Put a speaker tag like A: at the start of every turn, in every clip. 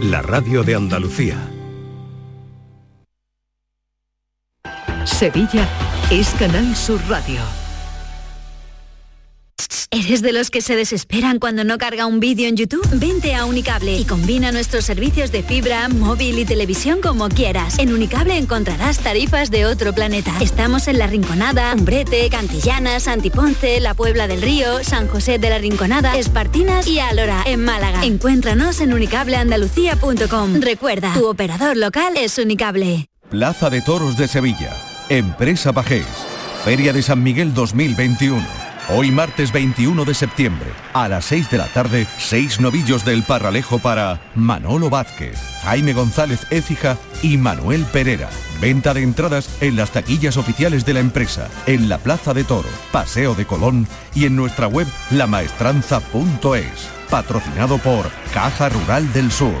A: la radio de Andalucía.
B: Sevilla es Canal Sur Radio.
C: ¿Eres de los que se desesperan cuando no carga un vídeo en YouTube? Vente a Unicable y combina nuestros servicios de fibra, móvil y televisión como quieras. En Unicable encontrarás tarifas de otro planeta. Estamos en La Rinconada, Umbrete, Cantillana, Santiponce, La Puebla del Río, San José de la Rinconada, Espartinas y Alora, en Málaga. Encuéntranos en unicableandalucía.com. Recuerda, tu operador local es Unicable.
D: Plaza de Toros de Sevilla. Empresa Pajés. Feria de San Miguel 2021. Hoy martes 21 de septiembre, a las 6 de la tarde, seis novillos del Parralejo para Manolo Vázquez, Jaime González Écija y Manuel Pereira. Venta de entradas en las taquillas oficiales de la empresa, en la Plaza de Toro, Paseo de Colón y en nuestra web lamaestranza.es. Patrocinado por Caja Rural del Sur.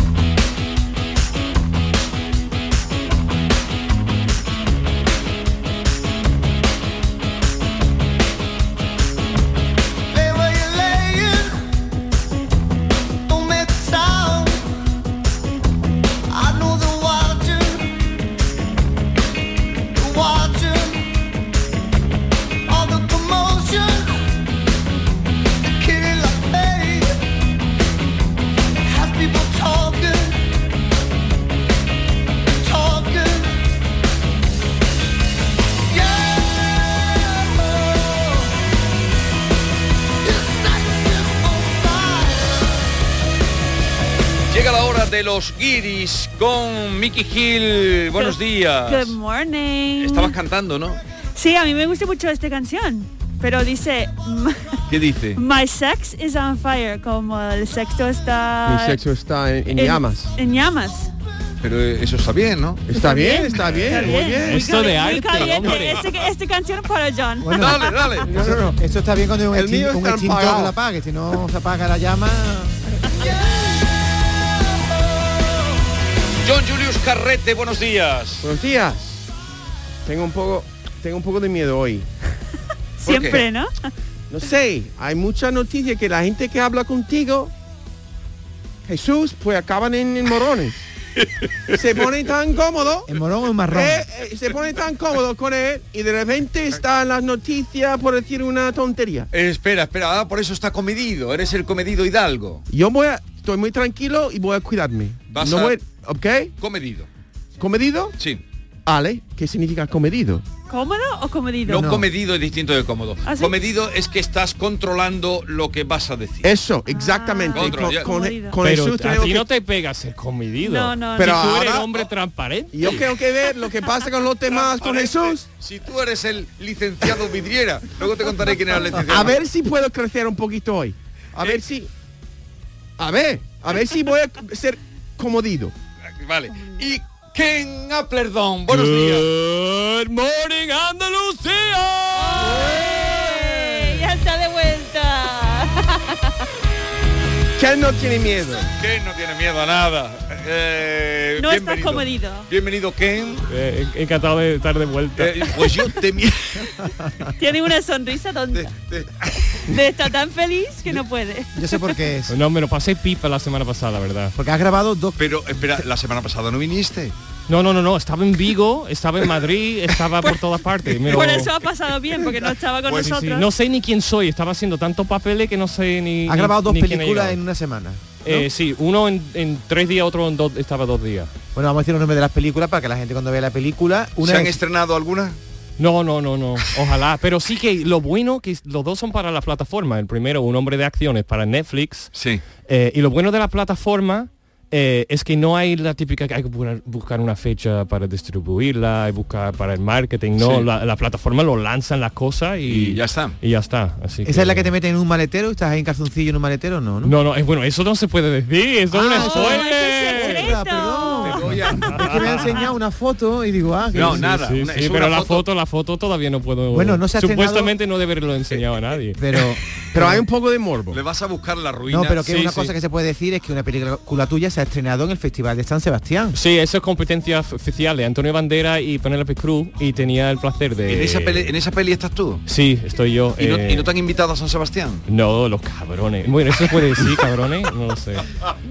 E: Llega la hora de los guiris con Mickey Hill. Buenos días.
F: Good morning.
E: Estabas cantando, ¿no?
F: Sí, a mí me gusta mucho esta canción, pero dice
E: ¿Qué dice?
F: My sex is on fire, como el sexo
G: Mi
F: está
G: sexo está en, en
F: en-
G: llamas.
F: en llamas.
E: Pero eh, eso está bien, ¿no?
G: Está bien, está bien, muy bien.
F: Muy caliente. Este- esta canción para John.
H: Bueno, Dale,
E: dale.
H: No, no, no. Esto está bien cuando hay un,
G: El
H: extin-
G: mío
H: un
G: está
H: extintor que
G: apagado.
H: la apague, si no se apaga la llama.
E: John Julius Carrete, buenos días.
G: Buenos días. Tengo un poco, tengo un poco de miedo hoy.
E: ¿Por qué? Siempre,
F: ¿no?
G: No sé, hay muchas noticias que la gente que habla contigo, Jesús, pues acaban en, en morones. Se ponen tan cómodos.
H: El morón es marrón.
G: eh, eh, se ponen tan cómodos con él y de repente están las noticias por decir una tontería.
E: Eh, espera, espera, ah, por eso está comedido. Eres el comedido Hidalgo.
G: Yo voy a, estoy muy tranquilo y voy a cuidarme.
E: Vas
G: no
E: a-
G: voy, ¿Ok?
E: Comedido.
G: ¿Comedido?
E: Sí.
G: Ale, ¿qué significa comedido?
F: ¿Cómodo o comedido?
E: No, comedido es distinto de cómodo.
F: ¿Ah, sí?
E: Comedido es que estás controlando lo que vas a decir.
G: Eso, exactamente.
E: Ah,
G: con
E: ya-
G: con-
F: comedido.
G: con
I: Pero
G: Jesús
I: a
G: tenemos
I: ti
G: que-
I: no te pegas el comidido.
F: No, no,
G: Pero
I: si tú eres
G: ahora-
I: hombre transparente.
G: Yo tengo que ver lo que pasa con los temas con
E: Transparente.
G: Jesús.
E: Si tú eres el licenciado vidriera, luego te contaré quién era el licenciado.
G: A ver si puedo crecer un poquito hoy.
E: Eh.
G: A ver si. A ver, a ver si voy a ser comodido.
E: Vale. Y Ken Applerdon, buenos días.
I: Good morning Andalucía.
F: Eh, Ya está de vuelta.
G: ¿Quién no tiene miedo?
E: Ken no tiene miedo a nada. Eh,
F: No está
E: bienvenido.
F: comedido.
E: Bienvenido, Ken.
I: Eh, en- encantado de estar de vuelta.
E: Eh, pues yo temía...
F: Tiene una sonrisa tonta.
E: de- de-
F: de estar tan feliz que no puede.
H: Yo sé por qué es.
I: No, me lo pasé pipa la semana pasada, ¿verdad?
H: Porque has grabado dos...
A: Pero espera, la semana pasada no viniste.
I: No, no, no, no. Estaba en Vigo, estaba en Madrid, estaba
A: Pues,
I: por todas partes. me lo-
F: Por eso ha pasado bien, porque no estaba con
I: Pues sí, sí.
F: nosotros.
I: No sé ni quién soy. Estaba haciendo tantos papeles que no sé ni.
H: Has
I: ni-
H: grabado dos
I: ni quién he
H: películas
I: llegado.
H: en una semana.
I: Eh, sí, uno en, en tres días, otro en dos. Estaba dos días.
H: Bueno, vamos a decir los nombres de las películas para que la gente cuando vea la película... Una
A: ¿Se han
H: es-
A: estrenado alguna?
I: No, no, no, no. Ojalá. Pero sí que lo bueno que los dos son para la plataforma. El primero, un hombre de acciones para Netflix.
A: Sí.
I: Eh, y lo bueno de la plataforma eh, es que no hay la típica que hay que bu- buscar una fecha para distribuirla, hay buscar para el marketing. No,
A: Sí.
I: la, la plataforma lo lanzan las cosas y,
A: Y ya está.
I: y ya está. Así
H: ¿Esa es la que te meten en un maletero? y ¿Estás ahí en calzoncillo en un maletero? No, ¿no?
I: No, no, es bueno, eso no se puede decir, eso es un
H: Ah,
I: spoiler.
H: Ostras, Ah, perdón.
A: Oye,
H: Es que me ha enseñado una foto y digo, ah, que
A: No,
H: es-
A: nada.
I: Sí,
A: una-
I: sí,
A: es
I: pero
A: una
I: la foto, la foto todavía no puedo.
H: Bueno, no se ha
I: Supuestamente no deberlo enseñado a nadie.
H: Pero,
G: Pero hay un poco de morbo.
A: Le vas a buscar la ruina.
H: no, pero que
I: Sí,
H: una
I: sí.
H: cosa que se puede decir es que una película tuya se ha estrenado en el Festival de San Sebastián.
I: Sí, eso es competencia f- oficial de Antonio Bandera y Penélope Cruz y tenía el placer de.
A: En, esa peli, en esa peli estás tú.
I: Sí, estoy yo.
A: ¿Y, no,
I: eh,
A: y no te han invitado a San Sebastián.
I: No, los cabrones. Bueno, eso se puede decir, cabrones, no lo sé.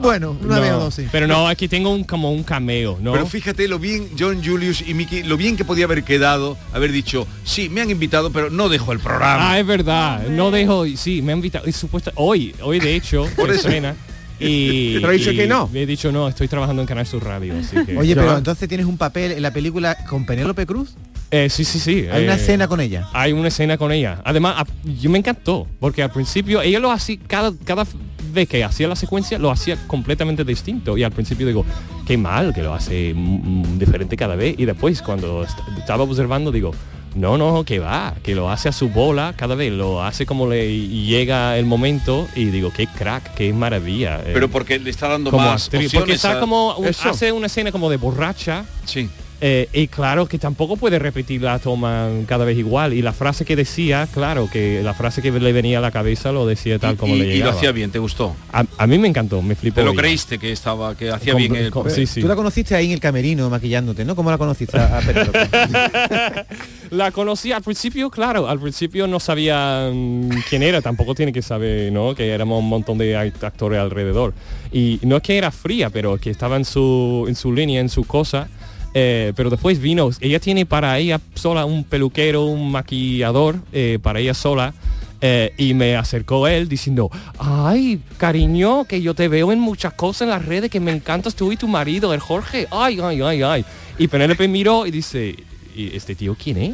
H: Bueno, una
I: No,
H: vez o dos, sí.
I: Pero no, aquí tengo un como un cameo, ¿no?
A: Pero fíjate lo bien, John Julius y Mickey, lo bien que podía haber quedado, haber dicho, sí, me han invitado, pero no dejo el programa.
I: ah, es verdad. No dejo, sí, me han invitado. Es supuesta, hoy, hoy de hecho,
A: Por
I: se
A: eso.
I: estrena, Y,
G: Pero ha dicho
I: y
G: que no.
I: He dicho no, estoy trabajando en Canal Sur Radio. Así que,
G: Ya.
H: Oye, pero entonces tienes un papel en la película con Penélope Cruz.
I: Eh, sí, sí, sí.
H: Hay una
I: eh,
H: escena con ella.
I: Hay una escena con ella. Además, a- yo me encantó, porque al principio ella lo hacía, cada, cada vez que hacía la secuencia, lo hacía completamente distinto. Y al principio digo, qué mal que lo hace mm, mm, diferente cada vez. Y después, cuando est- estaba observando, digo, no, no, que va, que lo hace a su bola cada vez, lo hace como le llega el momento y digo, qué crack, qué maravilla. eh,
E: Pero porque le está dando
I: como
E: más
I: actriz,
E: opciones
I: porque está
E: a-
I: como un-
G: eso.
I: hace una escena como de borracha
A: Sí.
I: eh, y claro que tampoco puede repetir la toma cada vez igual. Y la frase que decía, claro, que la frase que le venía a la cabeza lo decía tal como
A: y,
I: le
A: y lo
I: llegaba.
A: hacía bien, ¿te gustó?
I: A, a mí me encantó, me flipó.
A: ¿Te lo
I: Y-
A: creíste que estaba, que hacía
I: Com-
A: bien el
I: com- sí, Ah, sí.
H: Tú la conociste ahí en el camerino maquillándote, ¿no? ¿Cómo la conociste a a Penélope?
I: La conocí al principio, claro, al principio no sabía mm, quién era, tampoco tiene que saber, ¿no? Que éramos un montón de act- actores alrededor. Y no es que era fría, pero que estaba en su, en su línea, en su cosa. Eh, pero después vino, ella tiene para ella sola un peluquero, un maquillador, eh, para ella sola. Eh, y me acercó él diciendo, ay, cariño, que yo te veo en muchas cosas en las redes, que me encantas tú y tu marido, el Jorge. Ay, ay, ay, ay. Y Penélope miró y dice, ¿y este tío quién es?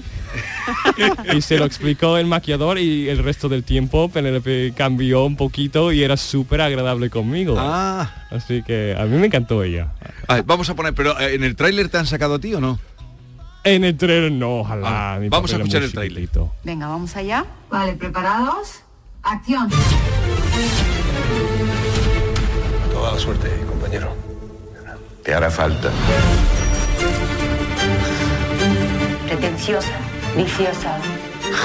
I: y se lo explicó el maquillador y el resto del tiempo Penélope cambió un poquito y era súper agradable conmigo.
A: Ah,
I: Así que a mí me encantó ella.
A: Ay, vamos a poner, pero eh, en el tráiler te han sacado a ti o no?
I: En el trailer no, ojalá.
A: Ah,
I: mi
A: vamos a
I: papel es
A: escuchar
I: muy
A: el tráiler.
I: chiquitito.
J: Venga, vamos allá. Vale, preparados. Acción.
K: Toda la suerte, compañero. Te hará falta.
J: Pretenciosa, viciosa,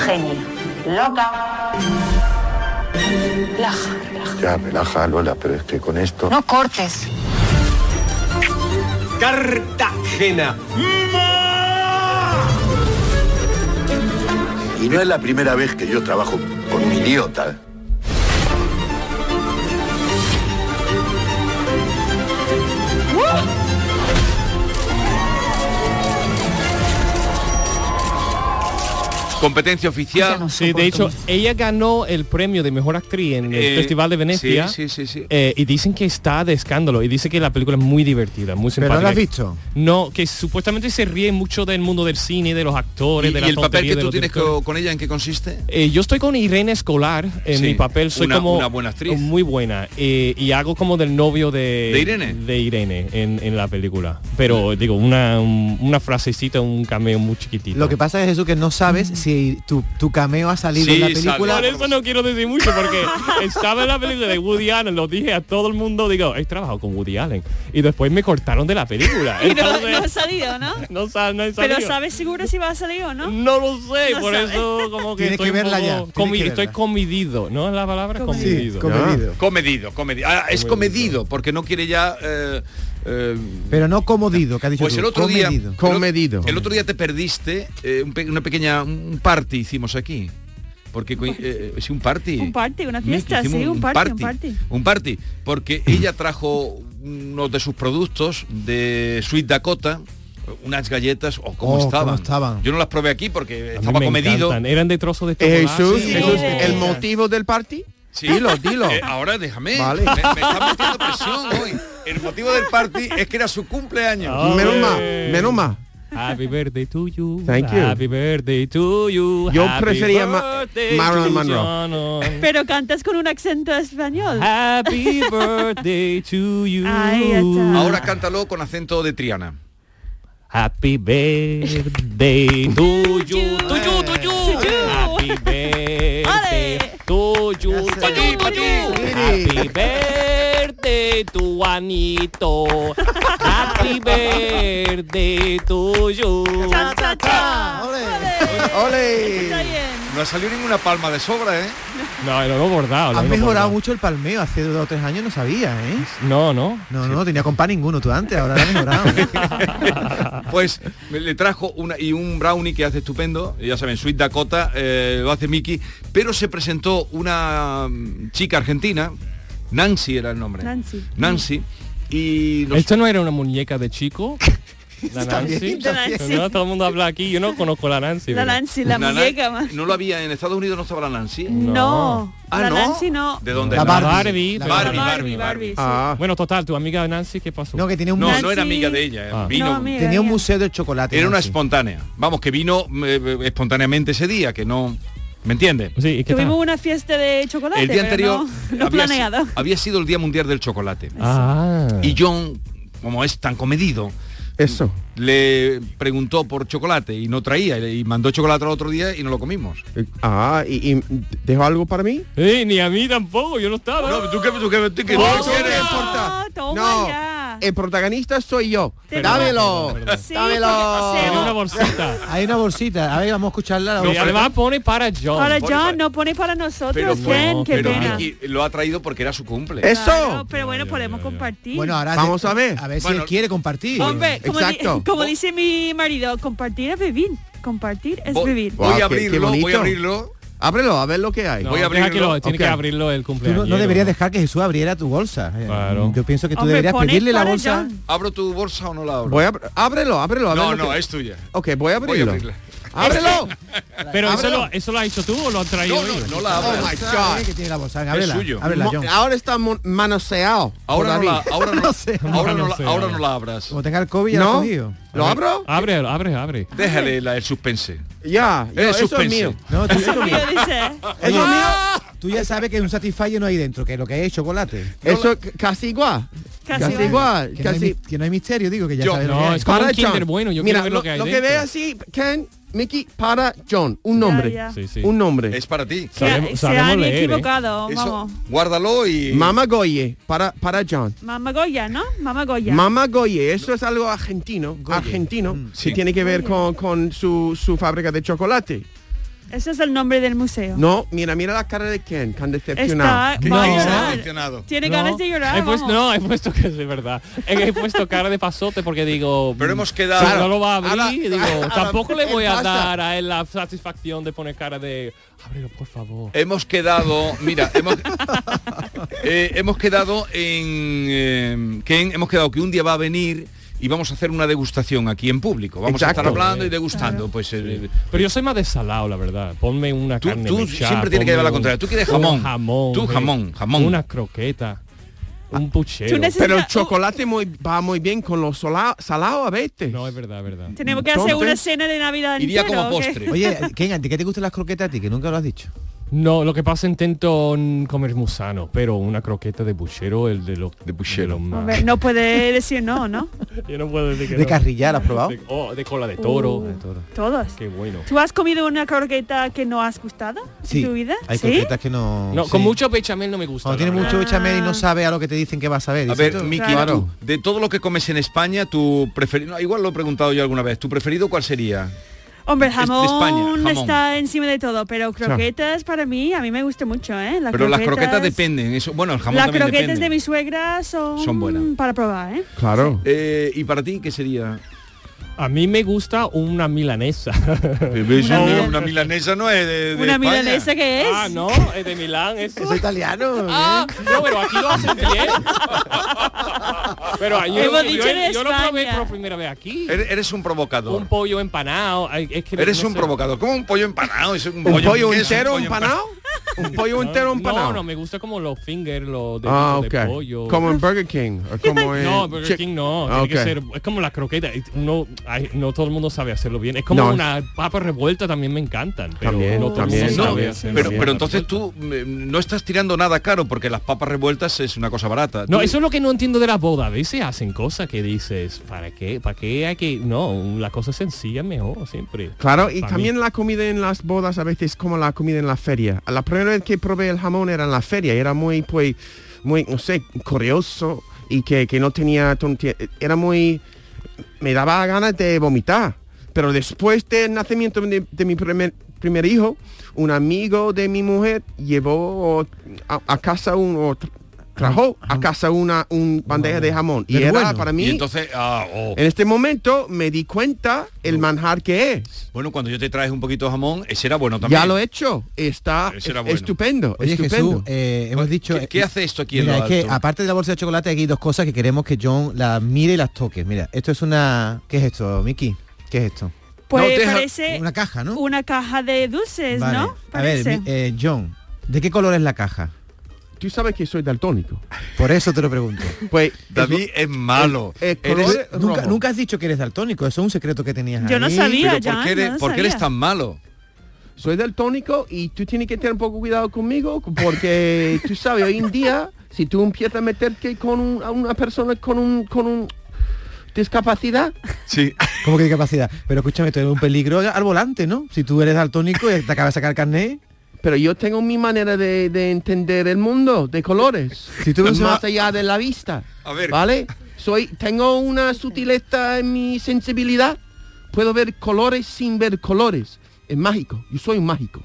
J: genio, loca. Laja, laja.
K: Ya, relaja, Lola, pero es que con esto...
J: No cortes.
L: Cartagena.
K: Y no es la primera vez que yo trabajo con un idiota.
A: Competencia oficial.
I: Sí, de hecho, ella ganó el premio de mejor actriz en el
A: Eh,
I: Festival de Venecia.
A: Sí, sí, sí. sí.
I: Eh, y dicen que está de escándalo y dice que la película es muy divertida, muy
H: ¿Pero
I: simpática.
H: no la has visto?
I: No, que supuestamente se ríe mucho del mundo del cine, de los
A: ¿Y,
I: actores, de
A: y
I: la
A: el papel que tú tienes
I: que
A: co- con ella en qué consiste?
I: Eh, yo estoy con Irene Escolar en
A: Sí,
I: mi papel, soy
A: una-
I: como
A: una buena actriz.
I: muy buena eh, y hago como del novio de,
A: ¿De Irene?
I: de Irene en, en la película. Pero digo una un- una frasecita, un cameo muy chiquitito.
H: Lo que pasa es Jesús que no sabes si tu, tu cameo ha salido
A: Sí,
H: en la
A: sale.
H: película.
I: por eso no quiero decir mucho porque estaba en la película de Woody Allen, lo dije a todo el mundo, digo, he trabajado con Woody Allen y después me cortaron de la película.
F: Y no,
I: Entonces,
F: no ha salido, ¿no?
I: no, sa- no he
F: Pero
I: salido.
F: sabes seguro si va a salir o no.
I: No lo sé,
F: No
I: por
F: sabe.
I: eso como que
H: Tienes
I: estoy
H: que
I: un
H: verla
I: poco
H: ya, tienes que
I: comi-
H: verla.
I: estoy comedido, ¿no? Es la palabra
F: Comedido.
I: comedido.
H: comedido.
A: Comedido, comedido. Ah, es comedido, porque no quiere ya... eh, eh,
H: Pero no comodido, que ha dicho
A: pues
H: tú,
A: el otro día...
H: comedido.
A: el o-
G: Comedido.
A: El otro día te perdiste eh, un pe- una pequeña... Un party hicimos aquí. porque coi- eh, es un party.
F: Un party, una
A: Miki,
F: fiesta,
A: hicimos
F: sí, un party, un party.
A: Un party, porque ella trajo uno de sus productos de Sweet Dakota, unas galletas, o cómo,
H: Oh, ¿cómo
A: estaban.
H: estaban?
A: Yo no las probé aquí porque
I: A mí
A: estaba
I: me
A: comedido.
I: encantan. Eran de trozos de chocolate.
G: Jesús,
I: Sí.
G: Jesús, el motivo del party.
A: Sí.
G: Dilo, dilo.
A: Eh, ahora déjame.
G: Vale.
A: Me, me está metiendo presión hoy. El motivo del party es que era su cumpleaños.
I: Ah,
G: Menos más, menos más.
I: Happy birthday to you.
G: Thank you.
I: Happy birthday to you.
G: Yo
I: Happy
G: prefería ma-
I: birthday
G: Marilyn
I: to
G: Monroe.
I: John Owen.
F: Pero cantas con un acento español.
I: Happy birthday to you.
F: Ahí está.
A: Ahora cántalo con acento de Triana.
I: Happy birthday to you. To you, to you. Happy birthday to you. To you, to you. Happy birthday to Juanito. Happy birthday to you.
G: ¡Ole!
A: No ha salido ninguna palma de sobra, ¿eh?
I: No, lo he bordado. lo
H: Has
I: he
H: mejorado
I: bordado.
H: mucho el palmeo, hace dos o tres años no sabía, ¿eh?
I: No, no.
H: No, no, no tenía compa ninguno tú antes, ahora lo has mejorado.
A: Pues me- le trajo una, y un brownie que hace estupendo, ya saben, Sweet Dakota, eh, lo hace Mickey, pero se presentó una mm, chica argentina, Nancy era el nombre.
F: Nancy.
A: Nancy. Y nos-
I: Esto no era una muñeca de chico. La
A: Está bien,
I: Nancy.
A: está bien.
I: No, todo el mundo habla aquí. Yo no conozco la Nancy.
F: La
I: pero-
F: Nancy, la muñeca más.
A: No lo había, en Estados Unidos no estaba la Nancy.
F: No.
A: Ah,
F: la
A: ¿no?
F: Nancy no.
A: ¿De dónde?
I: La
A: era?
I: Barbie.
A: La
I: pero-
A: Barbie, Barbie, Barbie.
F: sí.
A: Ah.
I: Bueno, total, tu amiga Nancy, ¿qué pasó?
H: No, que tiene un
A: No,
H: museo.
A: no era amiga de ella,
I: Ah.
A: vino.
I: No,
H: Tenía un museo del chocolate.
A: Era una
H: Nancy.
A: espontánea. Vamos, que vino eh, eh, espontáneamente ese día, que no. ¿Me entiendes?
I: Sí, ¿y
F: Tuvimos una fiesta de chocolate.
A: El día
F: pero
A: anterior
F: No, no
A: había,
F: planeado.
A: si- había sido el Día Mundial del Chocolate.
I: Ah.
A: Y John, como es tan comedido,
G: Eso.
A: le preguntó por chocolate y no traía y mandó chocolate al otro día y no lo comimos.
G: Ah, y, y dejó algo para mí.
I: Eh, ni a mí tampoco, yo no estaba.
A: No, tú qué, tú qué, tú qué-
G: No,
A: tú qué
G: no,
A: eres?
G: importa.
F: Toma
G: No.
F: ya.
G: El protagonista soy yo.
F: Pero-
G: Dámelo.
F: Sí,
G: Dámelo.
F: porque se-
I: Tiene una bolsita.
H: Hay una bolsita, a
A: Eh,
H: ver, vamos a escucharla. la
I: Y
H: bolsita.
I: además pone para John.
F: Para
A: Pone para-
F: John, no pone para nosotros,
A: Pero, fue-
F: Ken, qué
A: pero
F: pena.
A: Mickey lo ha traído porque era su cumple.
F: Claro,
G: Eso.
F: pero bueno, podemos compartir.
H: Bueno, ahora
G: Vamos
H: de-
G: a ver.
H: A ver si
A: Bueno,
H: él quiere compartir.
F: Hombre, como, di-
G: Exacto.
F: como dice mi marido, compartir es vivir. Compartir es
A: Vo-
F: vivir.
A: Voy a
G: Guau, qué- qué
A: abrirlo, voy a
G: bonito.
A: abrirlo.
G: Ábrelo, a ver lo que hay.
I: No,
A: voy
I: deja
A: a
I: que lo-
A: abrirlo.
I: tiene
G: Ok.
I: que abrirlo el
H: Tú no,
I: cumpleaños.
H: no deberías dejar que Jesús abriera tu bolsa. eh.
I: Claro.
H: Yo pienso que tú
F: Hombre,
H: deberías
F: pone
H: pedirle la
F: para
H: bolsa.
F: John.
A: ¿Abro tu bolsa o no la abro?
G: Voy a, ábrelo, ábrelo. A ver
A: no,
G: lo
A: no,
G: que-
A: es tuya.
G: Ok, voy a
A: Voy a
G: abrirlo.
A: abrirla.
G: ¡Ábrelo!
I: Este, Pero eso
G: Ábrelo.
I: lo, eso lo has hecho tú o lo han traído
A: No, no,
I: ellos?
A: no la
G: Oh
A: abro.
G: my
H: Eh,
G: God.
H: que tiene la bolsa. Venga, ábrela,
A: suyo.
H: ábrela,
G: Mo-
H: John.
G: Ahora está mon- manoseado.
A: Ahora no,
G: por
A: la,
G: David.
A: ahora, no,
H: No sé.
A: ahora, no, la-
I: sé,
A: ahora
I: no.
A: no la abras.
H: Como tenga el COVID, ya lo ha
G: ¿No?
H: cogido.
G: ¿Lo abro?
I: Abre, abre, abre.
A: Déjale la- el suspense.
G: Ya. yo-
A: Eh,
G: eso es
A: suspense.
G: mío.
H: No, tú,
F: Eso mío, dice.
G: Eso es mío.
I: Ah.
H: tú ya sabes que un Satisfyer no hay dentro, que lo que hay es chocolate.
G: Eso c- casi igual.
F: Casi
G: Casi
F: igual.
G: igual.
H: Que, no hay,
G: Casi.
H: mi- que no hay misterio, digo, que ya
A: Yo-
H: sabes lo que
I: No,
H: hay.
I: es como un
G: Para, John.
I: Kinder bueno. Yo
G: Mira,
I: quiero ver
G: lo,
I: lo, que hay
G: lo que
I: dentro.
G: ve así, Ken, Mickey, para John. Un nombre.
F: ya.
I: Sí, sí.
G: Un nombre.
A: Es para ti.
F: Se, ha-
I: Sabemos-
F: se
I: sabemos
F: han
I: leer, ¿eh?
F: equivocado,
A: Eso,
F: vamos.
A: guárdalo y...
G: Mama Goye. Para, para John.
F: Mamá Goya, ¿no? Mamá Goya.
G: Mama Goye. Eso es algo argentino. Argentino.
H: Mm,
A: Sí.
G: Que tiene que ver con, con su, su fábrica de chocolate.
F: Ese es el nombre del museo.
G: No, mira, mira la cara de Ken. Can decepcionado.
F: Está,
A: Que-
F: va a
A: que se ha
F: llorar.
A: decepcionado.
F: Tiene
I: No,
F: ganas de llorar.
I: He puesto,
F: vamos.
I: no, he puesto que es de verdad. Es que He puesto cara de pasote porque digo.
A: Pero hemos
I: mm,
A: quedado-
I: si no lo va a abrir.
A: Ahora-
I: digo,
A: ahora-
I: tampoco le
A: ¿qué
I: voy a
A: pasa?
I: dar a él la satisfacción de poner cara de. Ábrelo, por favor.
A: Hemos quedado, mira, hemos, eh, hemos quedado en eh, que en- hemos quedado que un día va a venir y vamos a hacer una degustación aquí en público. Pues Vamos a estar
G: Exacto.
A: hablando y degustando. Pues eh,
I: Pero yo soy más desalado, la verdad. Ponme una
A: Tú-
I: carne
A: tú
I: mechada,
A: siempre tienes
I: ponme
A: que llevar la
I: un-
A: contraria. Tú quieres
I: un
A: jamón.
I: jamón.
A: Tú
I: hombre.
A: jamón, jamón. Ah,
I: Una croqueta. Un puchero.
F: Tú necesitas-
G: Pero el chocolate muy, va muy bien con los sola- salado a veces.
I: No, es verdad, es verdad.
F: Tenemos que hacer una
G: Entonces,
F: cena de Navidad
A: iría
F: entero,
A: como
F: ¿o qué?
A: postre.
H: Oye, Ken, ¿a ti qué te gustan las croquetas a ti? Que nunca lo has dicho.
I: No, lo que pasa intento mm, comer musano, pero una croqueta de puchero, el de los de
A: puchero.
I: los más-
F: Hombre, no puede decir no, ¿no?
I: Yo no puedo decir que
H: ¿De
I: no.
H: carrillar has probado?
I: De- oh, de cola de toro.
F: Uh. Todos.
I: Qué bueno.
F: ¿Tú has comido una croqueta que no has gustado en tu vida?
H: Hay
F: ¿Sí?
H: croquetas que no...
I: No,
H: sí.
I: con mucho bechamel no me gusta.
H: Cuando tiene
I: la verdad.
H: mucho bechamel y no sabe a lo que te dicen que va a saber.
A: A
H: dices
A: ver,
H: tú.
A: Miki,
F: Claro.
A: tú, de todo lo que comes en España, tu preferido, igual lo he preguntado yo alguna vez, ¿tu preferido cuál sería?
F: Hombre, el
A: Es de
F: jamón,
A: España, jamón.
F: está encima de todo, pero croquetas para mí, a mí me gusta mucho, ¿eh? Las
A: Pero las croquetas dependen, eso, bueno, el jamón
F: Las
A: también
F: croquetas
A: depende.
F: de mi suegra son,
A: Son buenas.
F: para probar, ¿eh?
G: Claro.
A: Eh, ¿Y para ti qué sería?
I: A mí me gusta una milanesa.
A: Una, una milanesa no es eh, de, de
F: ¿Una
A: España.
F: milanesa qué es?
I: Ah, no, es de Milán. Es,
H: italiano.
I: Ah, no, pero aquí lo hacen bien. Pero yo,
F: Hemos
I: yo-
F: dicho de
I: yo lo probé
F: España.
I: por primera vez aquí.
A: Eres, eres un provocador.
I: Un pollo empanado. ay, Es que
A: Eres
I: no
A: un
I: sé.
A: provocador. ¿Cómo un pollo empanado? Es
I: ¿Un
A: un
I: pollo
A: ¿qué es
I: entero
A: pollo
I: empanado?
G: ¿Un pollo entero empanado?
I: No, no, me gusta como los fingers, los deditos
G: Ah,
I: de
G: ok.
I: pollo.
G: Como en Burger King. o Como en
I: No, Burger
G: Chick-
I: King no.
G: Ah,
I: Tiene que
G: ok.
I: ser, es como la croqueta. y No, ay, no todo el mundo sabe hacerlo bien. Es como
G: No.
I: una papa revuelta también me encantan. Pero
G: También,
I: no todo el
G: también,
I: mundo sabe
G: también,
I: hacerlo
A: Pero,
I: bien.
A: pero entonces tú mm, no estás tirando nada caro porque las papas revueltas es una cosa barata.
I: No,
A: Tú-
I: eso es lo que no entiendo de las bodas. A veces hacen cosas que dices, ¿para qué? ¿Para qué hay que...? No, la cosa sencilla es mejor siempre.
G: Claro, y
I: Pa' mí.
G: también la comida en las bodas a veces como la comida en la feria. La primera vez que probé el jamón era en la feria, era muy, pues, muy, no sé, curioso y que, que no tenía, tonti- era muy, me daba ganas de vomitar. Pero después del nacimiento de, de mi primer, primer hijo, un amigo de mi mujer llevó a, a casa un... o tra- trajo a casa una un bandeja de jamón y
A: Pero
G: era
A: bueno.
G: para mí
A: Y entonces, ah, oh.
G: en este momento me di cuenta el manjar que es.
A: bueno, cuando yo te traes un poquito de jamón, ese era bueno también.
G: Ya lo he hecho. Está
A: Ese era bueno.
G: estupendo.
H: Oye,
G: estupendo.
H: Jesús, eh, hemos dicho...
A: ¿Qué- qué hace esto aquí en
H: Mira,
A: lo
H: es que
A: alto?
H: aparte de la bolsa de chocolate, aquí hay dos cosas que queremos que John las mire y las toque. Mira, esto es una... ¿Qué es esto, Miki? ¿Qué es esto?
F: Pues parece
H: una caja, ¿no?
F: Una caja de dulces,
H: Vale.
F: ¿no?
H: A ver,
F: Parece.
H: mi- eh, John, ¿de qué color es la caja?
G: Tú sabes que soy daltónico.
H: Por eso te lo pregunto.
G: Pues
A: David es malo.
H: El- el
A: Eres-
H: color- nunca, nunca has dicho que eres daltónico, eso es un secreto que tenías
F: Yo no
H: ahí.
F: sabía,
A: Pero ¿por qué eres, por qué eres tan malo?
G: Soy daltónico y tú tienes que tener un poco cuidado conmigo porque tú sabes, hoy en día, si tú empiezas a meterte con un- a una persona con un, con un discapacidad,
A: Sí.
H: ¿Cómo que discapacidad? Pero escúchame, esto es un peligro al volante, ¿no? Si tú eres daltónico y te acabas de sacar el carnet.
G: pero yo tengo mi manera de, de entender el mundo, de colores.
H: Si tú ves una-
G: más allá de la vista.
A: A ver.
G: ¿Vale? Soy, tengo una sutileza en mi sensibilidad. Puedo ver colores sin ver colores. Es mágico. Yo soy un mágico.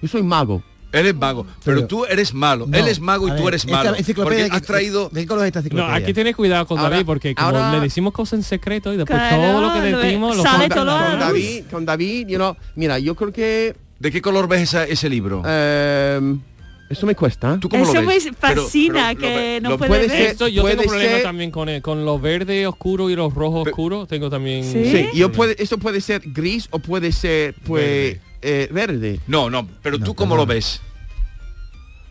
G: Yo soy mago.
A: Eres mago, pero,
G: Pero-
A: tú eres malo.
G: No,
A: Él es mago y
G: a
A: tú
G: ver,
A: eres
G: esta
A: malo.
G: enciclopedia
A: Porque
G: que-
A: has traído...
H: ¿De qué color es esta
I: No,
H: enciclopedia?
I: aquí tienes cuidado con
G: Ahora-
I: David porque como
G: ahora-
I: le decimos cosas en secreto y después
G: Claro,
I: todo lo que
G: lo-
I: decimos lo
G: sale
I: cuentan
G: todo
I: a la
G: a la
I: luz.
G: luz. Con David, you know, mira, yo creo que...
A: ¿De qué color ves esa- ese libro?
G: Em, eso me cuesta.
A: ¿Tú
F: Eso me fascina que no puede, ver.
I: Esto yo tengo
G: puede
I: problemas
G: ser-
I: también con el- con los verdes oscuros y los rojos oscuros. Tengo también.
G: Sí, yo puede, eso puede ser gris o puede ser pues eh, verde.
A: No, no, pero tú cómo lo ves.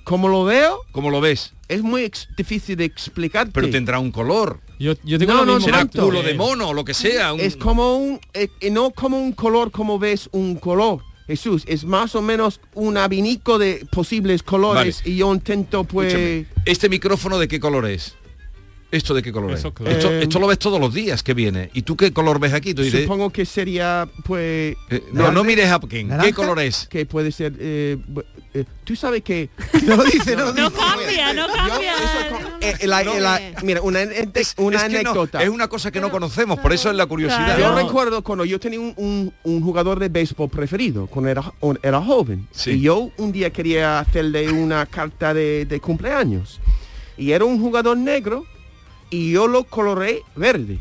G: Como lo veo,
A: ¿Cómo lo ves?
G: es muy ex- difícil de explicar.
A: Pero tendrá un color.
I: Yo,
G: tengo No, lo no, mismo.
A: Será
G: tanto.
A: culo
H: Eh,
A: de mono o lo que sea. un-
G: Es como un, eh, eh, no como un color como ves un color. Jesús, es más o menos un abanico de posibles colores y yo intento pues...
A: Escúchame, ¿Este micrófono de qué color es? ¿Esto de qué color
I: Eso,
A: es?
I: claro.
A: Esto,
G: Eh,
A: esto lo ves todos los días que viene. ¿Y tú qué color ves aquí? Tú dices,
G: Supongo que sería pues...
A: eh, no, no mires a Hopkins. ¿Qué
G: ¿Naranja?
A: color es?
G: Que puede ser... eh, bu- eh, Tú sabes que...
H: no lo dice, no lo
F: No
H: dice.
F: cambia, no cambia.
G: eh, la-
A: No.
G: la- mira, una, ente- una
A: Es que no,
G: anécdota.
A: es una cosa que no conocemos, por eso es la curiosidad.
G: Yo recuerdo cuando yo tenía un, un- un jugador de béisbol preferido, cuando era, jo- era joven.
A: Sí.
G: Y yo un día quería hacerle una carta de, de cumpleaños. Y era un jugador negro y yo lo coloré verde.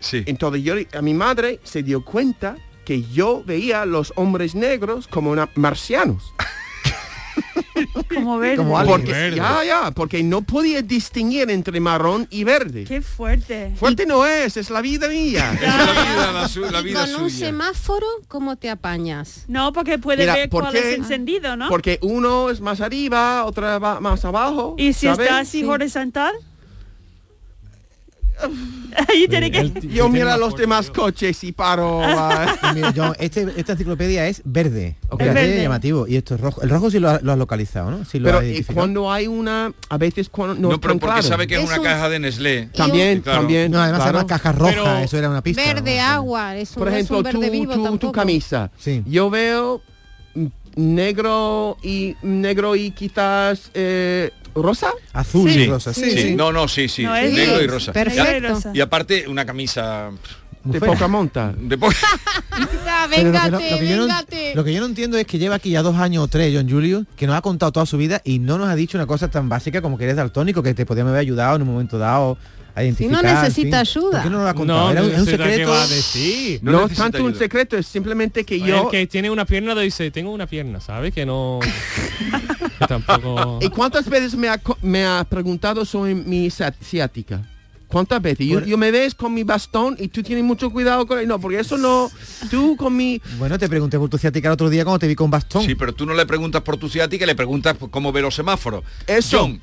A: Sí.
G: Entonces yo, a mi madre se dio cuenta que yo veía a los hombres negros como una- marcianos.
F: Como verde.
H: Como alguien
G: porque,
H: verde.
G: Ya, ya, porque no podía distinguir entre marrón y verde.
F: Qué fuerte.
G: Fuerte no es, es la vida mía.
A: Es la vida, la su- la
M: Y
A: vida
M: con un
A: suya.
M: semáforo, ¿cómo te apañas?
F: No, porque puede
G: Mira,
F: ver
G: ¿por
F: cuál
G: qué?
F: es encendido, ¿no?
G: Porque uno es más arriba, otra va más abajo.
F: y si
G: ¿sabes?
F: está así horizontal. Ahí tiene que.
G: Yo mira los demás coches y paro. ah.
H: Mira, John, este- esta enciclopedia es verde.
G: Ok.
H: Verde,
G: Es verde.
H: llamativo. Y esto es rojo. El rojo sí lo, ha- lo has localizado, ¿no? Sí lo
G: Pero
H: has
G: eh,
H: identificado.
G: cuando hay una, a veces cuando no,
A: No,
G: es
A: pero
G: tan
A: porque
G: claro.
A: sabe que es,
M: Es
A: una
M: un-
A: caja de Nestlé.
G: También,
A: Claro.
G: también.
H: No, además
G: claro.
H: además caja roja,
I: Pero-
H: eso era una pista.
M: verde
H: ¿no?
M: agua, es un,
G: Por
M: no es
G: ejemplo,
M: un verde
G: tu,
M: vivo
G: tu- tu
M: tampoco.
G: camisa.
H: Sí.
G: Yo veo mm, negro y negro y quizás eh, rosa.
H: Azul
A: Sí,
H: y rosa, sí.
A: sí.
H: sí.
A: No, no, sí, sí.
F: No, es
A: negro
M: gris.
A: y rosa.
M: Perfecto.
A: Y a- Y, aparte, una camisa
G: De
H: fea.
G: poca monta.
A: de po-
M: Ah,
H: Pero lo que no-
M: véngate,
H: lo que yo no-
M: véngate.
H: lo que yo no entiendo es que lleva aquí ya dos años o tres John Julio, que nos ha contado toda su vida y no nos ha dicho una cosa tan básica como que eres daltónico, que te podíamos haber ayudado en un momento dado a
M: no
H: identificar.
M: necesita
H: en
M: ayuda.
H: ¿Por qué no lo ha contado? Era un, era un secreto.
G: No, es tanto un secreto, es simplemente que
I: El
G: yo...
I: que tiene una pierna dice, tengo una pierna, ¿sabes? Que no... que tampoco...
G: ¿Y cuántas veces me ha, co- me ha preguntado sobre mi sa- ciática? ¿Cuántas veces? Yo, yo me ves con mi bastón y tú tienes mucho cuidado con... No, porque eso no... Tú con mi...
H: Bueno, te pregunté por tu ciática el otro día cuando te vi con bastón.
A: Sí, pero tú no le preguntas por tu ciática, le preguntas por cómo ve los semáforos.
G: Eso.
A: John,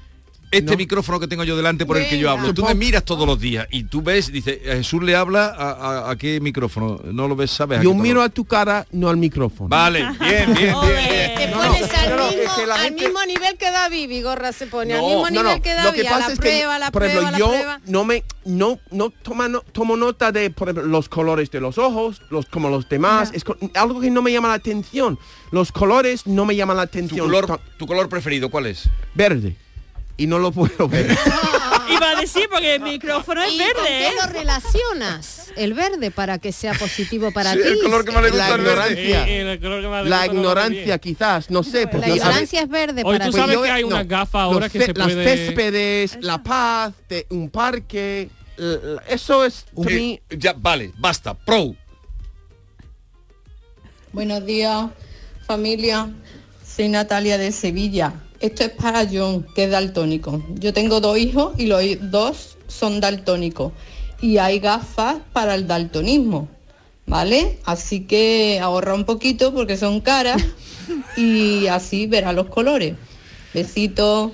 A: este micrófono que tengo yo delante por el que yo hablo, tú me miras todos los días y tú ves, dice, Jesús le habla a, a- a qué micrófono, no lo ves, sabes. a
G: Yo
A: qué color.
G: miro a tu cara, no al micrófono.
A: Vale, bien, bien, bien, bien.
M: Te
G: No,
M: pones al,
G: no, no,
M: mismo,
G: es que la
M: al
G: gente-
M: mismo nivel que David, Vigorra se pone, al
G: No,
M: mismo
G: no,
M: nivel
G: no.
M: que David, a la prueba, a la
G: por
M: prueba,
G: ejemplo,
M: a la
G: yo
M: prueba.
G: no me no no toma no- tomo nota de por ejemplo, los colores de los ojos, los como los demás, es co- algo que no me llama la atención. Los colores no me llaman la
A: ¿Tu
G: atención.
A: color,
G: Tan-
A: ¿Tu color preferido cuál es?
G: Verde. Y no lo puedo ver.
F: Iba a decir porque el micrófono es
M: ¿Y
F: verde.
M: con qué
F: ¿eh?
M: lo relacionas? El verde para que sea positivo para
G: Sí,
M: ti.
G: el color que más le gusta
M: La
G: al verde. ignorancia.
I: Eh, eh, el color que más le
G: la
I: gusta no lo ve
G: ignorancia
I: bien.
G: quizás, no sé, porque
M: La
G: yo sabe-
M: ignorancia es verde
I: Hoy
M: para
I: tú
M: ti.
I: sabes
G: yo-
I: que hay
G: no.
I: una gafa ahora
G: Los
I: que
G: ce-
I: se
G: las
I: puede...
G: céspedes, la paz, de un parque, l- l- eso es to me-
A: Eh, ya, vale, basta, pro.
N: Buenos días, familia. Soy Natalia de Sevilla. Esto es para John, que es daltónico. Yo tengo dos hijos y los hi- dos son daltónicos. Y hay gafas para el daltonismo, ¿vale? Así que ahorra un poquito porque son caras y así verá los colores. Besitos.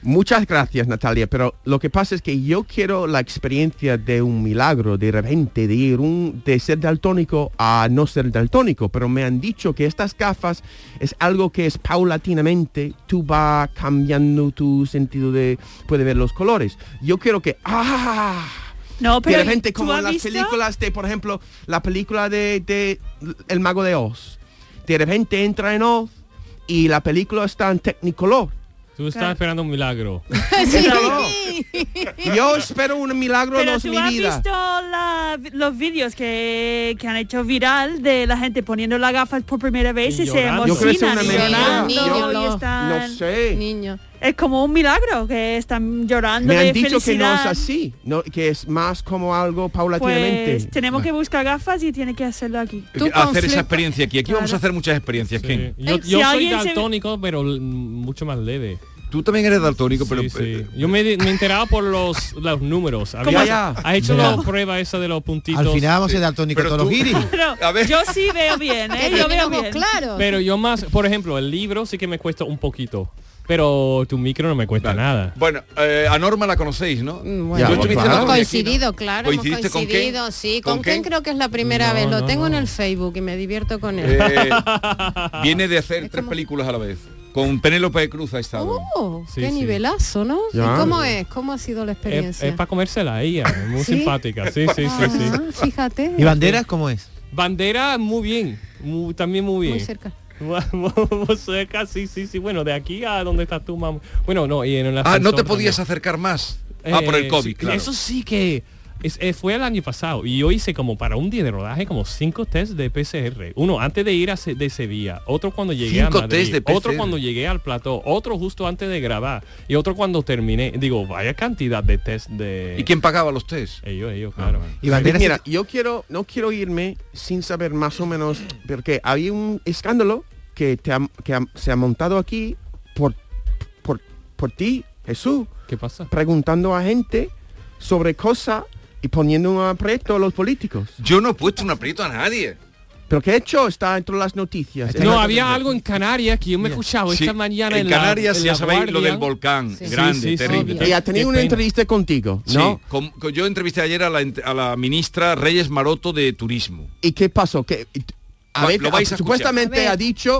G: Muchas gracias, Natalia, pero lo que pasa es que yo quiero la experiencia de un milagro, de repente, de ir un, de ser daltónico a no ser daltónico, pero me han dicho que estas gafas es algo que es paulatinamente, tú vas cambiando tu sentido de, puede ver los colores. Yo quiero que, ¡ah!
F: No, pero
G: de repente,
F: ¿tú
G: como
F: has
G: en las
F: visto?
G: películas de, por ejemplo, la película de, de El Mago de Oz, de repente entra en Oz y la película está en Technicolor.
I: Tú estás esperando un milagro.
G: Yo espero un milagro
F: Pero
G: no es
F: tú
G: mi
F: has
G: vida.
F: visto la- los vídeos que, que han hecho viral de la gente poniendo las gafas por primera vez y, se
G: llorando. Yo creo que es una
F: emocionan y
G: mentira.
F: llorando
G: Yo-
F: y
G: no,
F: están-
G: no sé.
F: Es como un milagro que están llorando
G: Me han
F: de
G: dicho que no es
F: felicidad.
G: así, no, que es más como algo paulatinamente.
F: Pues tenemos que buscar gafas y tiene que hacerlo aquí.
I: Ah,
A: hacer esa experiencia aquí. Aquí vamos a hacer muchas experiencias, Ken.
I: Yo,
F: Si
I: yo soy
F: alguien se-
I: daltónico, pero mm, mucho más leve.
A: Tú también eres daltónico, pero... eh,
I: Yo me, me enteraba por los, los números. Había-
A: ya?
I: ¿Has hecho
A: Mira.
I: la prueba esa de los puntitos?
H: Al final vamos a ser daltónicos
I: Pero
H: todos los
I: tú-
H: guiris.
F: Yo sí veo bien, ¿eh? Yo veo bien.
M: Claro.
I: Pero yo más, por ejemplo, el libro sí que me cuesta un poquito. Pero tu micro no me cuesta nada.
A: Bueno, eh, a Norma la conocéis, ¿no?
I: bueno.
A: Yo
I: Ya,
A: estuviste
I: pues, claro.
A: el otro día aquí, ¿no?
M: Coincidido, claro, hemos
A: ¿Coincidiste con
M: coincidido,
A: Ken?
M: sí.
A: ¿Con
M: Con, Ken?
A: Ken?
M: creo que es la primera vez, lo tengo en el Facebook y me divierto con él.
A: Eh, viene de hacer tres películas a la vez. Con Penélope Cruz ha estado.
M: Oh,
A: Sí,
M: qué
A: sí.
M: nivelazo, ¿no? ¿Y
A: Ya.
M: ¿Cómo es? ¿Cómo ha sido la
I: Es,
M: experiencia?
I: para comérsela ¿eh? ella, es muy
M: ¿Sí?
I: simpática. Sí, sí, sí, sí.
M: Ah, fíjate.
H: ¿Y banderas cómo es?
I: Bandera muy bien, muy- también muy bien.
M: Muy cerca.
I: Muy- muy cerca, sí, eh, sí, sí. Bueno, de aquí a donde estás tú, mamá. Bueno, no, y en el
A: Ah, no te
I: ascensor
A: podías
I: también.
A: acercar más. ah, por el
I: Eh,
A: COVID,
I: sí,
A: claro.
I: Eso sí que es- eh, fue el año pasado y yo hice como para un día de rodaje como cinco test de PCR. Uno antes de ir a Se- de Sevilla, otro cuando llegué
A: Cinco
I: a Madrid,
A: test de
I: otro
A: PCR.
I: cuando llegué al plató, otro justo antes de grabar y otro cuando terminé. Digo, vaya cantidad de test de...
A: ¿Y quién pagaba los test?
I: Ellos, ellos, Eh, claro.
G: Ah. Mira, yo quiero, no quiero irme sin saber más o menos, porque hay un escándalo que, te ha- que ha- se ha montado aquí por, por, por ti, Jesús.
I: ¿Qué pasa?
G: Preguntando a gente sobre cosas y poniendo un aprieto a los políticos.
A: Yo no he puesto un aprieto a nadie.
G: Pero que he hecho está dentro de las noticias.
I: No, había algo en Canarias que yo me he escuchado
G: Sí,
I: Ah, esta mañana
A: en
I: en, la-
A: Canarias,
I: en
A: ya
I: la
A: sabéis, lo
I: guardia.
A: del volcán,
I: Sí.
A: grande,
I: Sí, sí, sí.
A: terrible.
G: Y ha tenido
I: Qué
G: una
I: pena.
G: entrevista contigo,
A: Sí,
G: ¿no?
A: com- co- yo entrevisté ayer a la, ent- a la ministra Reyes Maroto de Turismo.
G: ¿Y qué pasó? Que a
A: Va-
G: ver,
A: lo vais a escuchar.
G: supuestamente
A: A ver.
G: ha dicho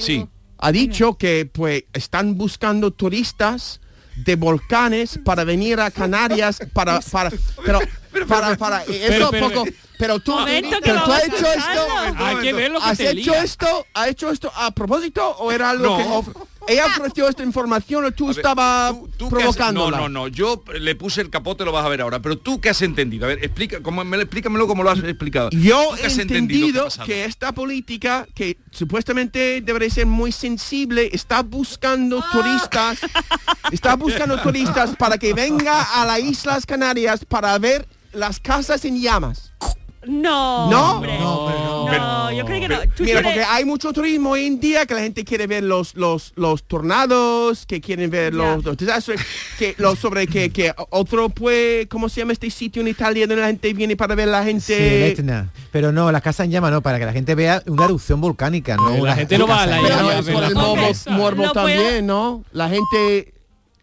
A: sí.
G: ha dicho que pues están buscando turistas de volcanes para venir a Canarias para para pero para para
O: pero,
G: eso
O: pero,
G: poco pero tú
O: Momento que
G: pero tú
O: vamos
G: has hecho
O: sacando.
G: esto
O: Hay que ver lo que
G: has
O: te
G: hecho
O: lía.
G: esto ha hecho esto a propósito o era algo
O: No.
G: que of- Ella
O: Ah.
G: ofreció esta información o tú estabas
A: ¿Tú qué has-
G: provocándola.
A: No, no, no. Yo le puse el capote, lo vas a ver ahora. Pero tú qué has entendido. A ver, explica, como, me, explícamelo como lo has explicado.
G: Yo
A: ¿Tú qué
G: he
A: has qué ha
G: entendido
A: pasado?
G: que esta política, que supuestamente debería ser muy sensible, está buscando turistas, está buscando turistas para que venga a las Islas Canarias para ver las casas en llamas.
F: No,
G: ¿No?
F: hombre.
G: No,
F: yo creo que no. Tú
G: Mira,
F: quieres-
G: porque hay mucho turismo hoy en día que la gente quiere ver los los los tornados, que quieren ver los, los desastres, que los sobre que, que otro pues, ¿cómo se llama este sitio en Italia donde la gente viene para ver la
H: Sí, el
G: gente?
H: Etna. Pero no, la casa en llama no, para que la gente vea una erupción volcánica, no. una- una casa en llamas.
G: es por el morbo, morbo también, ¿no? La gente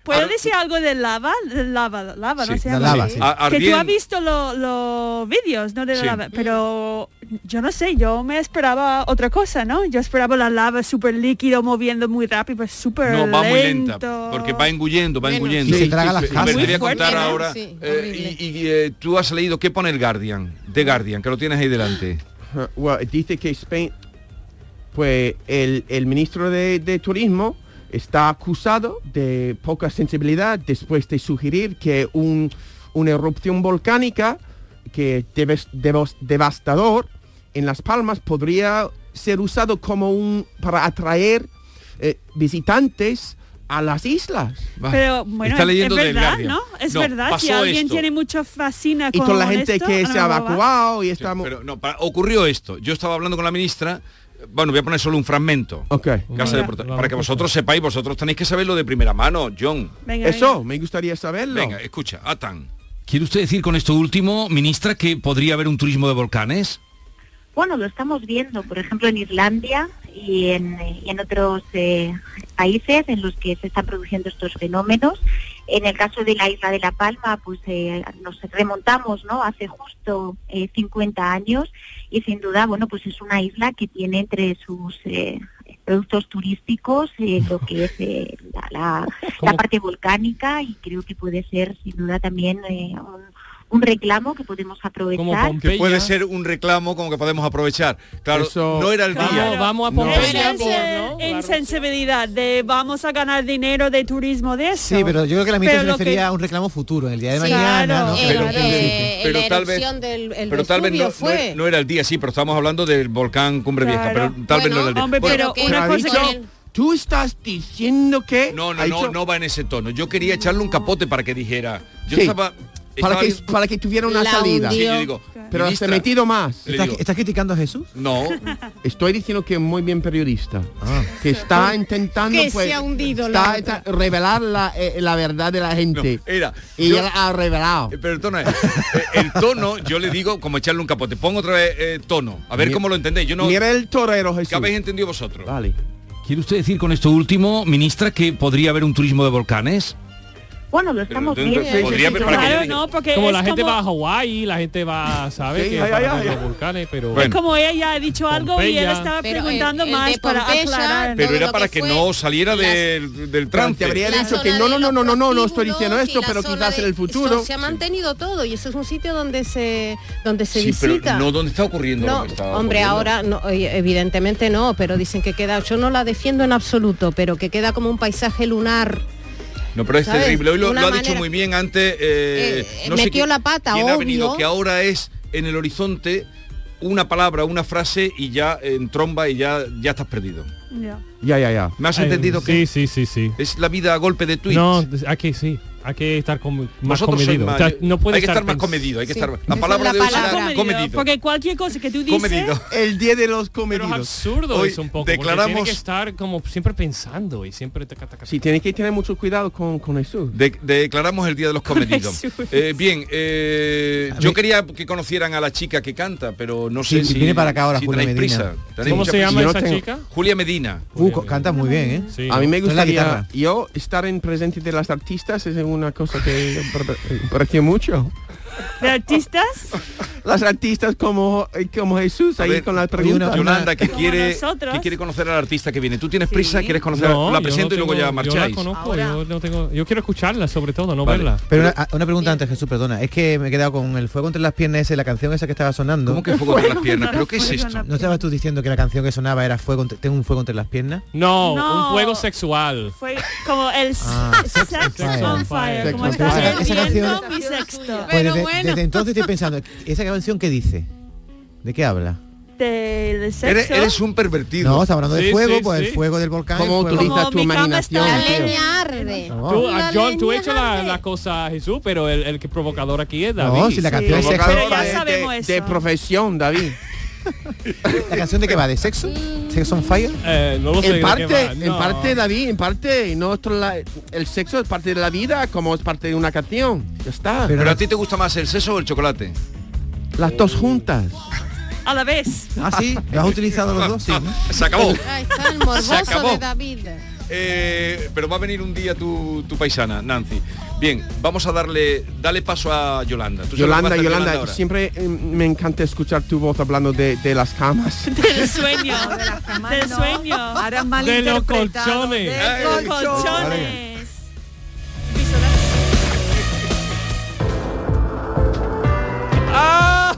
F: ¿Puedo decir algo de lava? De lava, lava, no
G: Sí.
F: sé.
G: La
F: algo
G: lava,
F: así.
G: sí. A-
F: Que tú
G: ardien-
F: has visto lo- los vídeos, ¿no? De la
G: Sí.
F: lava. Pero yo no sé, yo me esperaba otra cosa, ¿no? Yo esperaba la lava súper líquido, moviendo muy rápido, pero súper
A: No, va muy lenta,
F: lento.
A: porque va engullendo, va
F: Bueno,
A: engullendo.
H: Y se traga las
A: A ver,
H: casas.
A: te voy a
H: Muy fuerte,
A: contar
H: ¿no?
A: ahora.
H: Sí,
A: eh, y y, eh, tú has leído, ¿qué pone el Guardian? The Guardian, que lo tienes ahí delante.
G: Uh, well, dice que Spain, pues el, el ministro de, de Turismo está acusado de poca sensibilidad después de sugerir que un- una erupción volcánica que debes- devas- devastador en Las Palmas podría ser usado como un para atraer eh, visitantes a las islas.
F: Pero bueno, es- es, verdad, ¿no? Es verdad, si alguien tiene mucha fascina
G: Y
F: con
G: toda la gente
F: esto,
G: que
F: a lo
G: se ha
F: mejor va.
G: evacuado y estamos...
A: Pero no, para- ocurrió esto. Yo estaba hablando con la ministra. Bueno, voy a poner solo un fragmento. Casa de
G: Venga.
A: Porta- para que vosotros sepáis, vosotros tenéis que saberlo de primera mano, John.
G: Eso, me gustaría saberlo.
A: Venga, escucha, Atan. ¿Quiere usted decir con esto último, ministra, que podría haber un turismo de volcanes?
O: Bueno, lo estamos viendo, por ejemplo, en Islandia y en, y en otros eh, países en los que se están produciendo estos fenómenos. En el caso de la isla de La Palma, pues eh, nos remontamos ¿no? hace justo eh, 50 años y sin duda, bueno, pues es una isla que tiene entre sus eh, productos turísticos eh, lo que es eh, la, la- la parte volcánica y creo que puede ser sin duda también eh, un, un reclamo que podemos aprovechar.
A: Que puede ser un reclamo como que podemos aprovechar. Claro, no era el día.
F: Claro.
A: No.
F: Esa es, eh, insensibilidad de vamos a ganar dinero de turismo de eso.
H: Sí, pero yo creo que la ministra se
F: Pero lo que- Eh,
H: refería a un reclamo futuro, en el día de
F: Sí,
H: mañana,
F: claro,
H: ¿no?
F: el-
H: Pero-
A: eh, el-
H: sí, sí.
A: Pero
M: la
A: tal vez-
M: erupción del el
A: Pero tal vez
M: Vesubio
A: no, no
M: fue.
A: era- no era el día, sí, pero estamos hablando del volcán Cumbre Vieja, pero tal vez no era el día.
F: hombre, pero
A: ¿qué?
F: una
A: ¿Ha
F: cosa
A: dicho?
F: que...
G: Tú estás diciendo que...
A: No, no,
G: ¿Eh? ha
A: no,
G: dicho-
A: no va en ese tono. Yo quería echarle un capote para que dijera. Yo
G: Sí,
A: estaba.
G: para,
A: estaba
G: que,
A: bien-
G: para que tuviera una salida.
A: Sí, yo digo,
G: pero has
A: ministra,
G: metido más.
A: Le ¿Estás- digo-
G: criticando a Jesús?
A: No.
G: Estoy diciendo que es muy bien periodista. Que está intentando
M: Que
G: pues,
M: se ha hundido la
G: está,
M: otra.
G: está- revelar la, eh, la verdad de la gente.
A: Era,
G: y
A: eh, yo-
G: él ha revelado.
A: Eh, Pero el tono es. eh, El tono, yo le digo como echarle un capote. Pongo otra vez eh, tono. A ver
G: Mi-
A: cómo lo entendéis. Yo no.
G: Mira el torero, Jesús.
A: ¿Qué habéis entendido vosotros?
G: Vale.
A: ¿Quiere usted decir con esto último, ministra, que podría haber un turismo de volcanes?
O: Bueno, lo estamos viendo.
A: podría haber para que yo
F: Claro,
A: diga.
F: no, porque
I: eh, como
F: es
I: la gente
F: como-
I: va a Hawái, la gente va, ¿sabes?
A: Sí,
I: que
A: ay,
I: para
A: ay,
I: ver
A: ay,
I: los
A: ay.
I: volcanes, pero...
A: Bueno.
F: Es como ella ha dicho algo y él
I: Pompeya.
F: estaba
M: Pero el-
F: preguntando
M: el de
F: más para
M: Pompeya,
F: aclarar.
A: Pero era
M: lo
A: para
M: que
A: que
M: fue
A: no saliera del, del trance.
G: Te habría dicho que no, no, no, no, no, no, no estoy diciendo
M: No,
G: esto,
M: si la
G: pero
M: zona
G: quizás
M: de-
G: en el futuro.
M: eso se ha mantenido todo y eso es un sitio donde se donde se
A: Sí, pero
M: visita.
A: no donde está ocurriendo
M: No,
A: lo que estaba
M: hombre,
A: ocurriendo.
M: ahora no, oye, evidentemente no, pero dicen que queda, yo no la defiendo en absoluto, pero que queda como un paisaje lunar.
A: No, pero es
M: ¿sabes?
A: terrible. Hoy lo,
M: Una
A: lo ha dicho
M: manera-
A: muy bien antes. eh,
M: Eh,
A: no sé
M: metió
A: qui-
M: la pata,
A: quién ha
M: obvio.
A: venido, que ahora es en el horizonte una palabra, una frase y ya en tromba y ya, ya estás perdido.
G: Ya, ya, ya.
A: ¿Me has
I: Eh,
A: entendido que
I: Sí, sí, sí, sí.
A: es la vida a golpe de tweets?
I: No, hay que sí. Hay que estar con, más
A: Vosotros sois
I: comedido.
A: más-
I: O sea, no puede
A: hay que estar más
I: pens-
A: comedido, hay que estar...
I: Esa
A: La
I: es
A: palabra
I: la
A: de hoy será
I: palabra.
A: comedido.
F: Porque cualquier cosa que tú dices...
A: Comedido.
G: El día de los
I: Pero
G: comedidos.
I: es absurdo
G: Hoy
I: eso un poco. Declaramos...
G: Declaramos.
I: Tiene que estar como siempre pensando y siempre... taca, taca,
G: Sí, tienes que tener mucho cuidado con, con eso.
A: De- declaramos el Día de los Comedidos.
I: Jesús.
A: Eh, bien, eh, yo quería que conocieran a la chica que canta, pero no sé
H: Sí,
A: si...
H: viene para acá ahora
A: si
H: Julia
A: tenéis
H: Medina.
A: prisa,
H: Sí.
A: tenéis
H: ¿Cómo
A: mucha
H: se
A: prisa.
H: llama Yo no esa tengo- chica?
A: Julia Medina.
H: Uh, co- canta muy bien, ¿eh?
G: a mí me
H: Esto es la guitarra.
G: gustaría yo estar en presente de las artistas es una cosa que me pare- me pareció mucho.
F: ¿De artistas?
G: Las artistas como, eh, como Jesús, ahí con las preguntas.
A: Yolanda, que quiere, que quiere conocer al artista que viene. ¿Tú tienes prisa? ¿Quieres conocer?
I: No, yo
A: la
I: no
A: presento y luego
I: tengo-
A: ya marcháis.
I: Yo, la conozco, yo, no tengo, yo quiero escucharla sobre todo, no verla.
H: Pero una, ah, una pregunta antes, Jesús, perdona. Es que me he quedado con el fuego entre las piernas ese, la canción esa que estaba sonando.
A: ¿Cómo que fuego entre las piernas? ¿Pero qué es esto?
H: ¿No estabas tú diciendo que la canción que sonaba era fuego entre- tengo un fuego entre las piernas?
I: No,
F: No.
I: un juego sexual.
F: Fue como el
H: Ah,
F: sex, sex on fire.
H: Sex
F: como
H: on
F: está
H: fire. Esa- esa
F: hirviendo
H: canción-
F: mi sexto.
H: Pues desde, desde entonces estoy pensando, ¿esa canción qué dice? ¿De qué habla?
F: Del sexo.
A: Eres, eres un pervertido.
H: No, está hablando de fuego, pues el fuego del volcán.
A: ¿Cómo
H: el fuego-
A: utilizas Como tu mi cama imaginación,
M: La leña arde.
I: Tú, ah,
M: La
I: John, tú
M: leña
I: he hecho la, la cosa a Jesús, pero el, el que provocador aquí es David.
H: No, si la canción es sexo.
I: Provocador
H: Pero ya
I: de-
H: sabemos
I: de-
H: eso.
I: de profe-
G: Profesión, David.
H: ¿La canción de qué va? ¿De sexo? ¿Sex on fire?
I: Eh, no
G: en parte, en parte, David, en parte, nuestro la- el sexo es parte de la vida, como es parte de una canción. Ya está.
A: ¿Pero a ti te gusta más el seso o el chocolate?
G: Las dos juntas.
F: A la vez.
H: Ah, sí, ¿Lo has utilizado los dos? Sí.
A: Se acabó.
M: Ahí está el
A: Se
M: morboso
A: acabó.
M: de David.
A: Eh, pero va a venir un día tu, tu paisana, Nancy. Bien, vamos a darle dale paso a Yolanda. ¿Tú sabes lo que va
G: Yolanda,
A: a hacer
G: Yolanda,
A: ahora?
G: siempre eh, me encanta escuchar tu voz hablando de, de las camas.
F: Del sueño. del sueño. Ahora
P: mal
F: de los
P: interpretado.
F: colchones.
P: De
F: los
P: colchones.
F: colchones. Ah.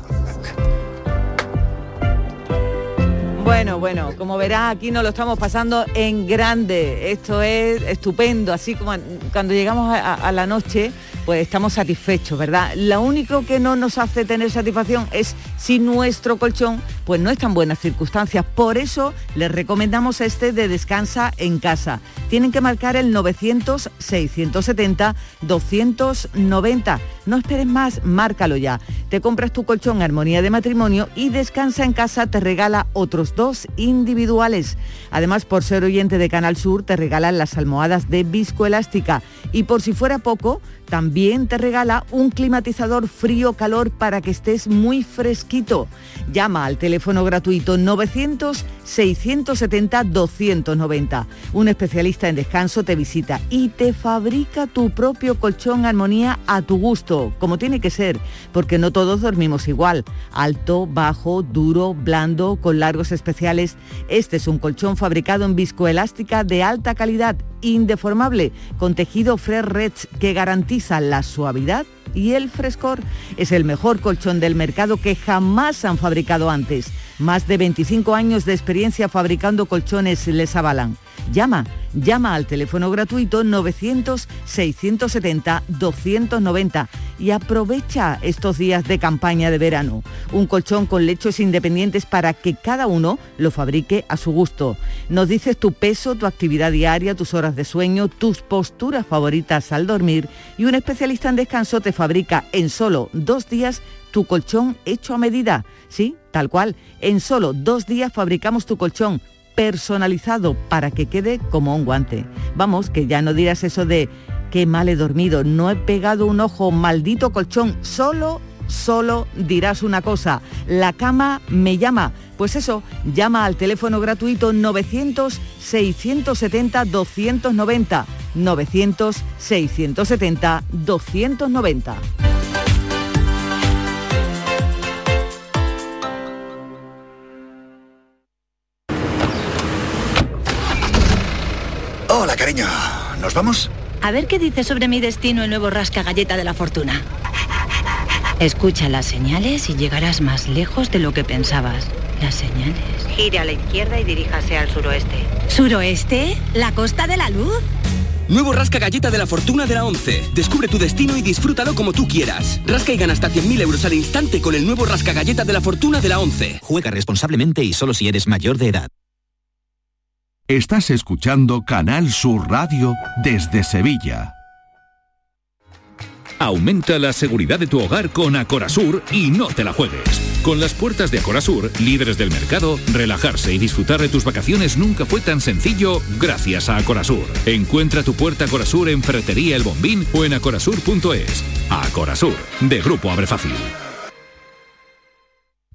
P: Bueno, bueno, como verás, aquí nos lo estamos pasando en grande. Esto es estupendo. Así como cuando llegamos a, a- a la noche, pues estamos satisfechos, ¿verdad? Lo único que no nos hace tener satisfacción es si nuestro colchón, pues no está en buenas circunstancias. Por eso les recomendamos este de Descansa en casa. Tienen que marcar el 900-670-290. No esperes más, márcalo ya. Te compras tu colchón Armonía de Matrimonio y Descansa en Casa te regala otros dos individuales. Además, por ser oyente de Canal Sur, te regalan las almohadas de viscoelástica. Y por si fuera poco, también te regala un climatizador frío-calor para que estés muy fresquito. Llama al teléfono gratuito 900-670-290. Un especialista en descanso te visita y te fabrica tu propio colchón armonía a tu gusto, como tiene que ser, porque no todos dormimos igual. Alto, bajo, duro, blando, con largos especiales. Este es un colchón fabricado en viscoelástica de alta calidad, indeformable, con tejido Fresh Reds que garantiza la suavidad y el frescor. Es el mejor colchón del mercado que jamás han fabricado antes. Más de 25 años de experiencia fabricando colchones les avalan. Llama, llama al teléfono gratuito 900-670-290 y aprovecha estos días de campaña de verano. Un colchón con lechos independientes para que cada uno lo fabrique a su gusto. Nos dices tu peso, tu actividad diaria, tus horas de sueño, tus posturas favoritas al dormir y un especialista en descanso te fabrica en solo dos días tu colchón hecho a medida. Sí, tal cual. En solo dos días fabricamos tu colchón personalizado para que quede como un guante. Vamos, que ya no dirás eso de qué mal he dormido, no he pegado un ojo, maldito colchón, solo, solo dirás una cosa, la cama me llama. Pues eso, llama al teléfono gratuito 900-670-290. 900-670-290.
Q: Hola, cariño. ¿Nos vamos?
R: A ver qué dice sobre mi destino el nuevo rasca galleta de la fortuna. Escucha las señales y llegarás más lejos de lo que pensabas. Las señales. Gire a la izquierda y diríjase al suroeste. ¿Suroeste? ¿La costa de la luz?
S: Nuevo Rasca Galleta de la Fortuna de la 11. Descubre tu destino y disfrútalo como tú quieras. Rasca y gana hasta 100.000 euros al instante con el nuevo Rasca Galleta de la Fortuna de la 11.
T: Juega responsablemente y solo si eres mayor de edad.
D: Estás escuchando Canal Sur Radio desde Sevilla.
U: Aumenta la seguridad de tu hogar con Acorasur y no te la juegues. Con las puertas de Acorasur, líderes del mercado, relajarse y disfrutar de tus vacaciones nunca fue tan sencillo gracias a Acorasur. Encuentra tu puerta Acorasur en Ferretería El Bombín o en acorasur.es. Acorasur, de Grupo Abre Fácil.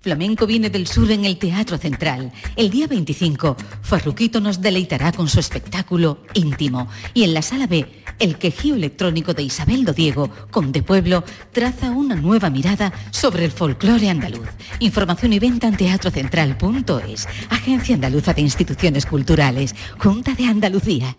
V: Flamenco viene del sur en el Teatro Central. El día 25, Farruquito nos deleitará con su espectáculo íntimo. Y en la sala B, el quejío electrónico de Isabel Lodiego con De Pueblo traza una nueva mirada sobre el folclore andaluz. Información y venta en teatrocentral.es, Agencia Andaluza de Instituciones Culturales, Junta de Andalucía.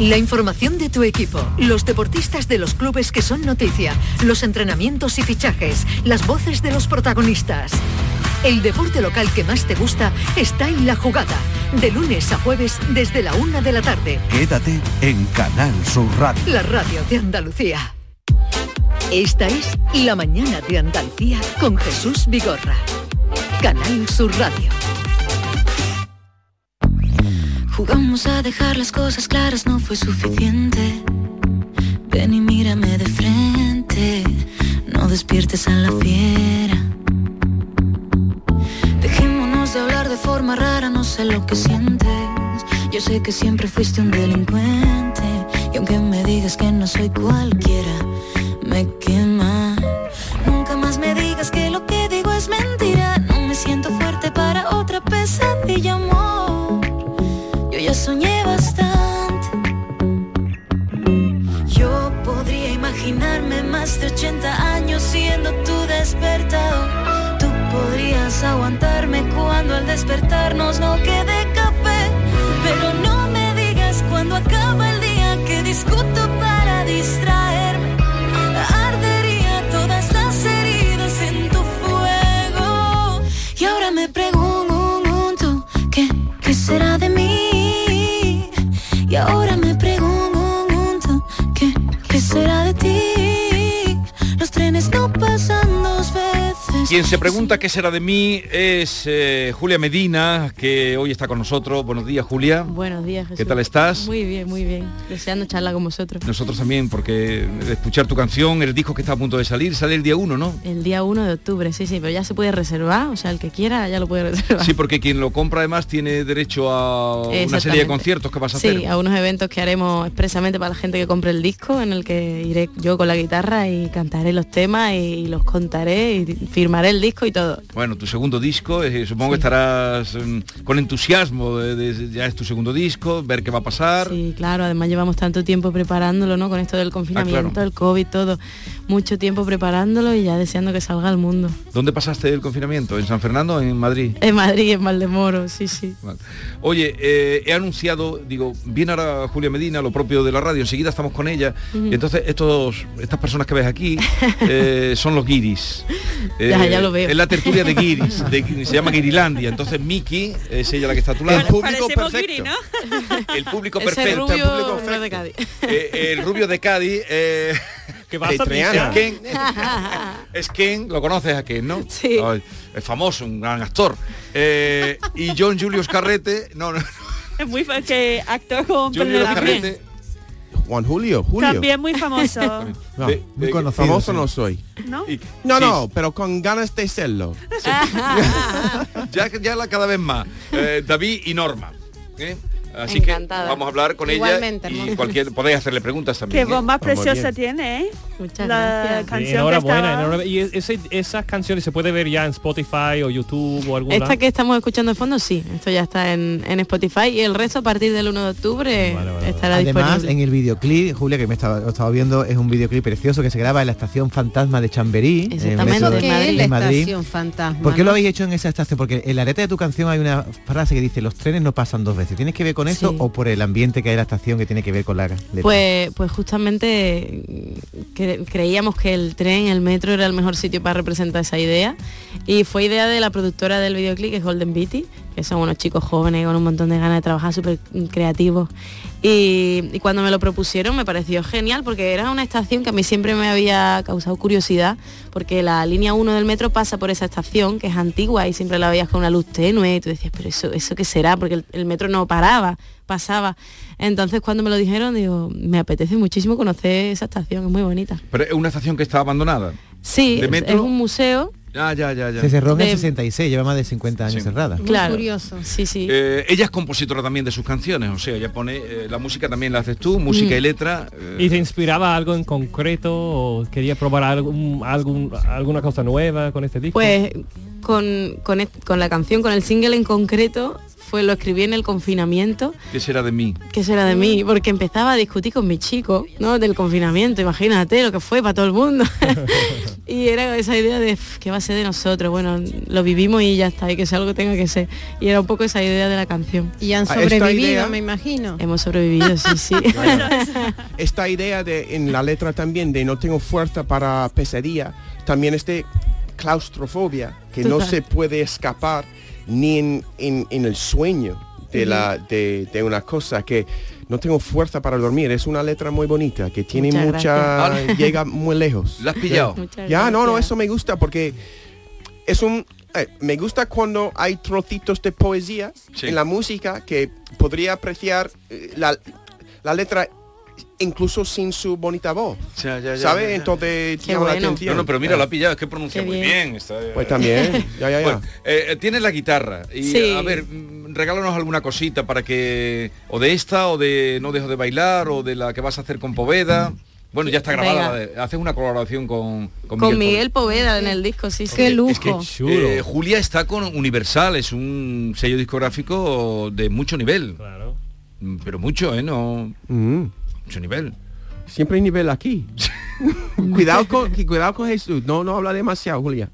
B: La información de tu equipo, los deportistas de los clubes que son noticia, los entrenamientos y fichajes, las voces de los protagonistas. El deporte local que más te gusta está en la jugada, de lunes a jueves desde la una de la tarde.
D: Quédate en Canal Sur Radio.
B: La radio de Andalucía. Esta es La Mañana de Andalucía con Jesús Vigorra. Canal Sur Radio.
W: Jugamos a dejar las cosas claras, no fue suficiente. Ven y mírame de frente, no despiertes a la fiera. Dejémonos de hablar de forma rara, no sé lo que sientes. Yo sé que siempre fuiste un delincuente, y aunque me digas que no soy cualquiera, me quema. Nunca más me digas que lo que digo es mentira, no me siento fuerte para otra pesadilla, amor. Yo ya soñé bastante. Yo podría imaginarme más de 80 años siendo tu despertador. Tú podrías aguantarme cuando al despertarnos no quede café. Pero no me digas cuando acaba el día que discuto para distraerme. Ardería todas las heridas en tu fuego. Y ahora me pregunto, ¿qué, qué será de mí? Y ahora me pregunto ¿qué, ¿qué, será de ti. Los trenes no pasan dos veces.
A: Quien se pregunta qué será de mí es eh, Julia Medina, que hoy está con nosotros. Buenos días, Julia.
X: Buenos días, Jesús.
A: ¿Qué tal estás?
X: Muy bien, muy bien. Deseando charlar con vosotros.
A: Nosotros también, porque escuchar tu canción, el disco que está a punto de salir, sale el día 1, ¿no?
X: El día 1 de octubre, sí, sí, pero ya se puede reservar, o sea, el que quiera ya lo puede reservar.
A: Sí, porque quien lo compra además tiene derecho a una serie de conciertos que vas a
X: sí,
A: hacer.
X: Sí, a unos eventos que haremos expresamente para la gente que compre el disco, en el que iré yo con la guitarra y cantaré los temas y los contaré y firmaré el disco y todo.
A: Bueno, tu segundo disco, eh, supongo sí. que estarás mm, con entusiasmo, de, de, ya es tu segundo disco, ver qué va a pasar.
X: Sí, claro, además llevamos tanto tiempo preparándolo, ¿no? Con esto del confinamiento, ah, claro. el COVID, todo, mucho tiempo preparándolo y ya deseando que salga al mundo.
A: ¿Dónde pasaste el confinamiento? ¿En San Fernando o en Madrid?
X: En Madrid, en Valdemoro, sí, sí.
A: Vale. Oye, eh, he anunciado, digo, viene ahora Julia Medina, lo propio de la radio, enseguida estamos con ella. Uh -huh. y entonces estos, estas personas que ves aquí eh, son los guiris.
X: Eh, ya, ya, lo veo.
A: Es la tertulia de guiris, de, se llama Guirilandia. Entonces Miki es ella la que está a tu lado.
F: El público Parecemos perfecto. Guiri,
A: ¿no? El público
X: Ese
A: perfecto.
X: Rubio
A: el, público
X: perfecto. de Cádiz.
A: Eh, el rubio de Cádiz. eh,
I: ¿Qué pasa, Triana?
A: Ken, es Ken, lo conoces a Ken, ¿no?
X: Sí.
A: Ay, es famoso, un gran actor. Eh, y John Julius Carrete, no, no.
F: Es muy que actor con
A: Julio Carrete,
G: Juan Julio, Julio.
F: También muy famoso.
G: no, de, muy conocido, famoso sí. no soy.
F: ¿No?
G: No, no, pero con ganas de serlo. Sí.
A: ya, ya la cada vez más. Eh, David y Norma. ¿eh? Así
X: Encantada.
A: que vamos a hablar con
X: Igualmente,
A: ella y cualquier podéis hacerle preguntas también.
F: Qué voz más ¿eh? preciosa tiene, ¿eh?
X: Muchas
F: La
X: gracias.
I: Sí, enhorabuena, enhorabuena. Y es- ese- esas canciones se puede ver ya en Spotify o YouTube o algún
X: Esta
I: lado.
X: que estamos escuchando de fondo, sí. Esto ya está en, en Spotify y el resto a partir del 1 de octubre estará
H: Además,
X: disponible.
H: en el videoclip, Julia, que me estaba, lo estaba viendo, es un videoclip precioso que se graba en la estación Fantasma de Chamberí.
M: Exactamente,
H: en, el metro de-
M: que es la
H: en Madrid.
M: estación fantasma.
H: ¿Por qué lo
M: ¿no?
H: habéis hecho en esa estación? Porque en la letra de tu canción hay una frase que dice, los trenes no pasan dos veces. ¿Tienes que ver con eso o por el ambiente que hay en la estación que tiene que ver con la letra?
X: Pues, pues justamente mm, cre- creíamos que el tren, el metro era el mejor sitio para representar esa idea y fue idea de la productora del videoclip, que es Golden Beatty, que son unos chicos jóvenes con un montón de ganas de trabajar, súper mm, creativos. Y, y cuando me lo propusieron me pareció genial porque era una estación que a mí siempre me había causado curiosidad porque la línea 1 del metro pasa por esa estación que es antigua y siempre la veías con una luz tenue y tú decías, pero eso, eso qué será, porque el, el metro no paraba, pasaba. Entonces cuando me lo dijeron digo, me apetece muchísimo conocer esa estación, es muy bonita.
A: Pero es una estación que está abandonada.
X: Sí,
A: ¿De
X: es-
A: metro?
X: es un museo.
A: Ah, ya, ya, ya.
H: Se cerró en el
X: De-
H: 66, lleva más de 50 años cerrada.
X: Claro. curioso. Sí, sí.
A: Eh, ella es compositora también de sus canciones, o sea, ella pone eh, la música también la haces tú, música y letra. eh,
I: ¿Y te inspiraba algo en concreto o querías probar algún, algún, alguna cosa nueva con este disco?
X: Pues con, con, est- con la canción, con el single en concreto, fue lo escribí en el confinamiento
A: ¿Qué será de mí?
X: ¿Qué será de mí? Porque empezaba a discutir con mi chico, ¿no? Del confinamiento, imagínate lo que fue para todo el mundo. y era esa idea de "Uf, qué va a ser de nosotros. Bueno, lo vivimos y ya está, y que sea algo que tenga que ser. Y era un poco esa idea de la canción.
M: Y han
G: Ah, esta sobrevivido, idea-
M: me imagino.
X: Hemos sobrevivido, sí, sí.
G: Esta idea de en la letra también de no tengo fuerza para pesadilla, también este claustrofobia, que no
E: Total.
G: se puede escapar ni en, en- en el sueño de, la, de, de una cosa que no tengo fuerza para dormir. Es una letra muy bonita, que tiene
E: Muchas
G: mucha...
E: gracias.
G: llega muy lejos.
A: ¿La has
E: pillado? Muchas
G: Ya, no, no,
E: gracias.
G: eso me gusta porque es un eh, me gusta cuando hay trocitos de poesía en la música que podría apreciar eh, la, la letra incluso sin su bonita voz
A: ya,
G: sabe
A: ya, ya.
G: entonces llama la atención
A: No, no, pero mira,
G: Eh,
A: lo ha pillado, es que pronuncia
G: Qué
A: muy
G: bien.
A: bien. está-
G: Pues también, ya, ya, ya.
A: Bueno, eh, eh, tienes la guitarra. Y
G: Sí.
A: a ver, mm, regálanos alguna cosita para que. O de esta, o de No Dejo de Bailar, o de la que vas a hacer con Poveda. Bueno, ya está
X: Venga.
A: grabada. la de- haces una colaboración con, con,
X: Con
A: Miguel
X: Miguel Poveda en el disco, sí, sí.
A: Poveda. Es que, eh, Julia está con Universal, es un sello discográfico de mucho nivel. Mm, Pero mucho, ¿eh? No,
G: Mm.
A: mucho nivel.
G: siempre hay nivel aquí cuidado con que- cuidado con Jesús no no habla demasiado Julia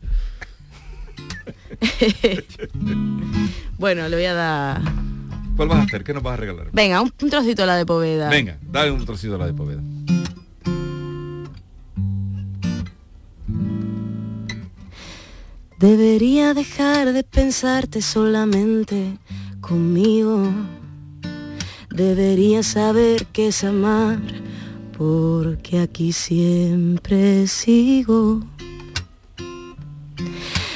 X: Bueno, le voy a dar...
A: ¿Cuál vas a hacer? ¿Qué nos vas a regalar?
X: Venga, un un trocito de la de Poveda.
A: Venga, dale un trocito a la de Poveda.
W: Debería dejar de pensarte solamente conmigo. Debería saber qué es amar, porque aquí siempre sigo.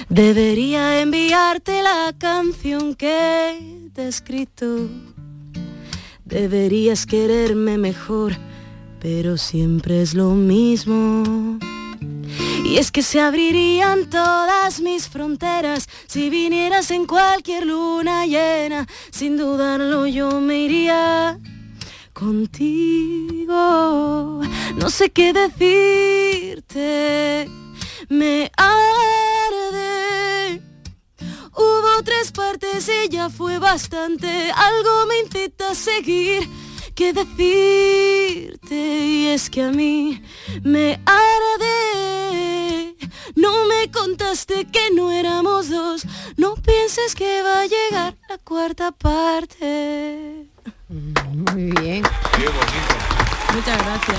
W: Debería enviarte la canción que te he escrito. Deberías quererme mejor, pero siempre es lo mismo. Y es que se abrirían todas mis fronteras si vinieras en cualquier luna llena. Sin dudarlo yo me iría contigo. No sé qué decirte. Me arde. Hubo tres partes y ya fue bastante. Algo me incita a seguir. ¿Qué decirte? Y es que a mí me arde. No me contaste que no éramos dos. No pienses que va a llegar la cuarta parte.
M: Muy bien.
X: Muchas gracias.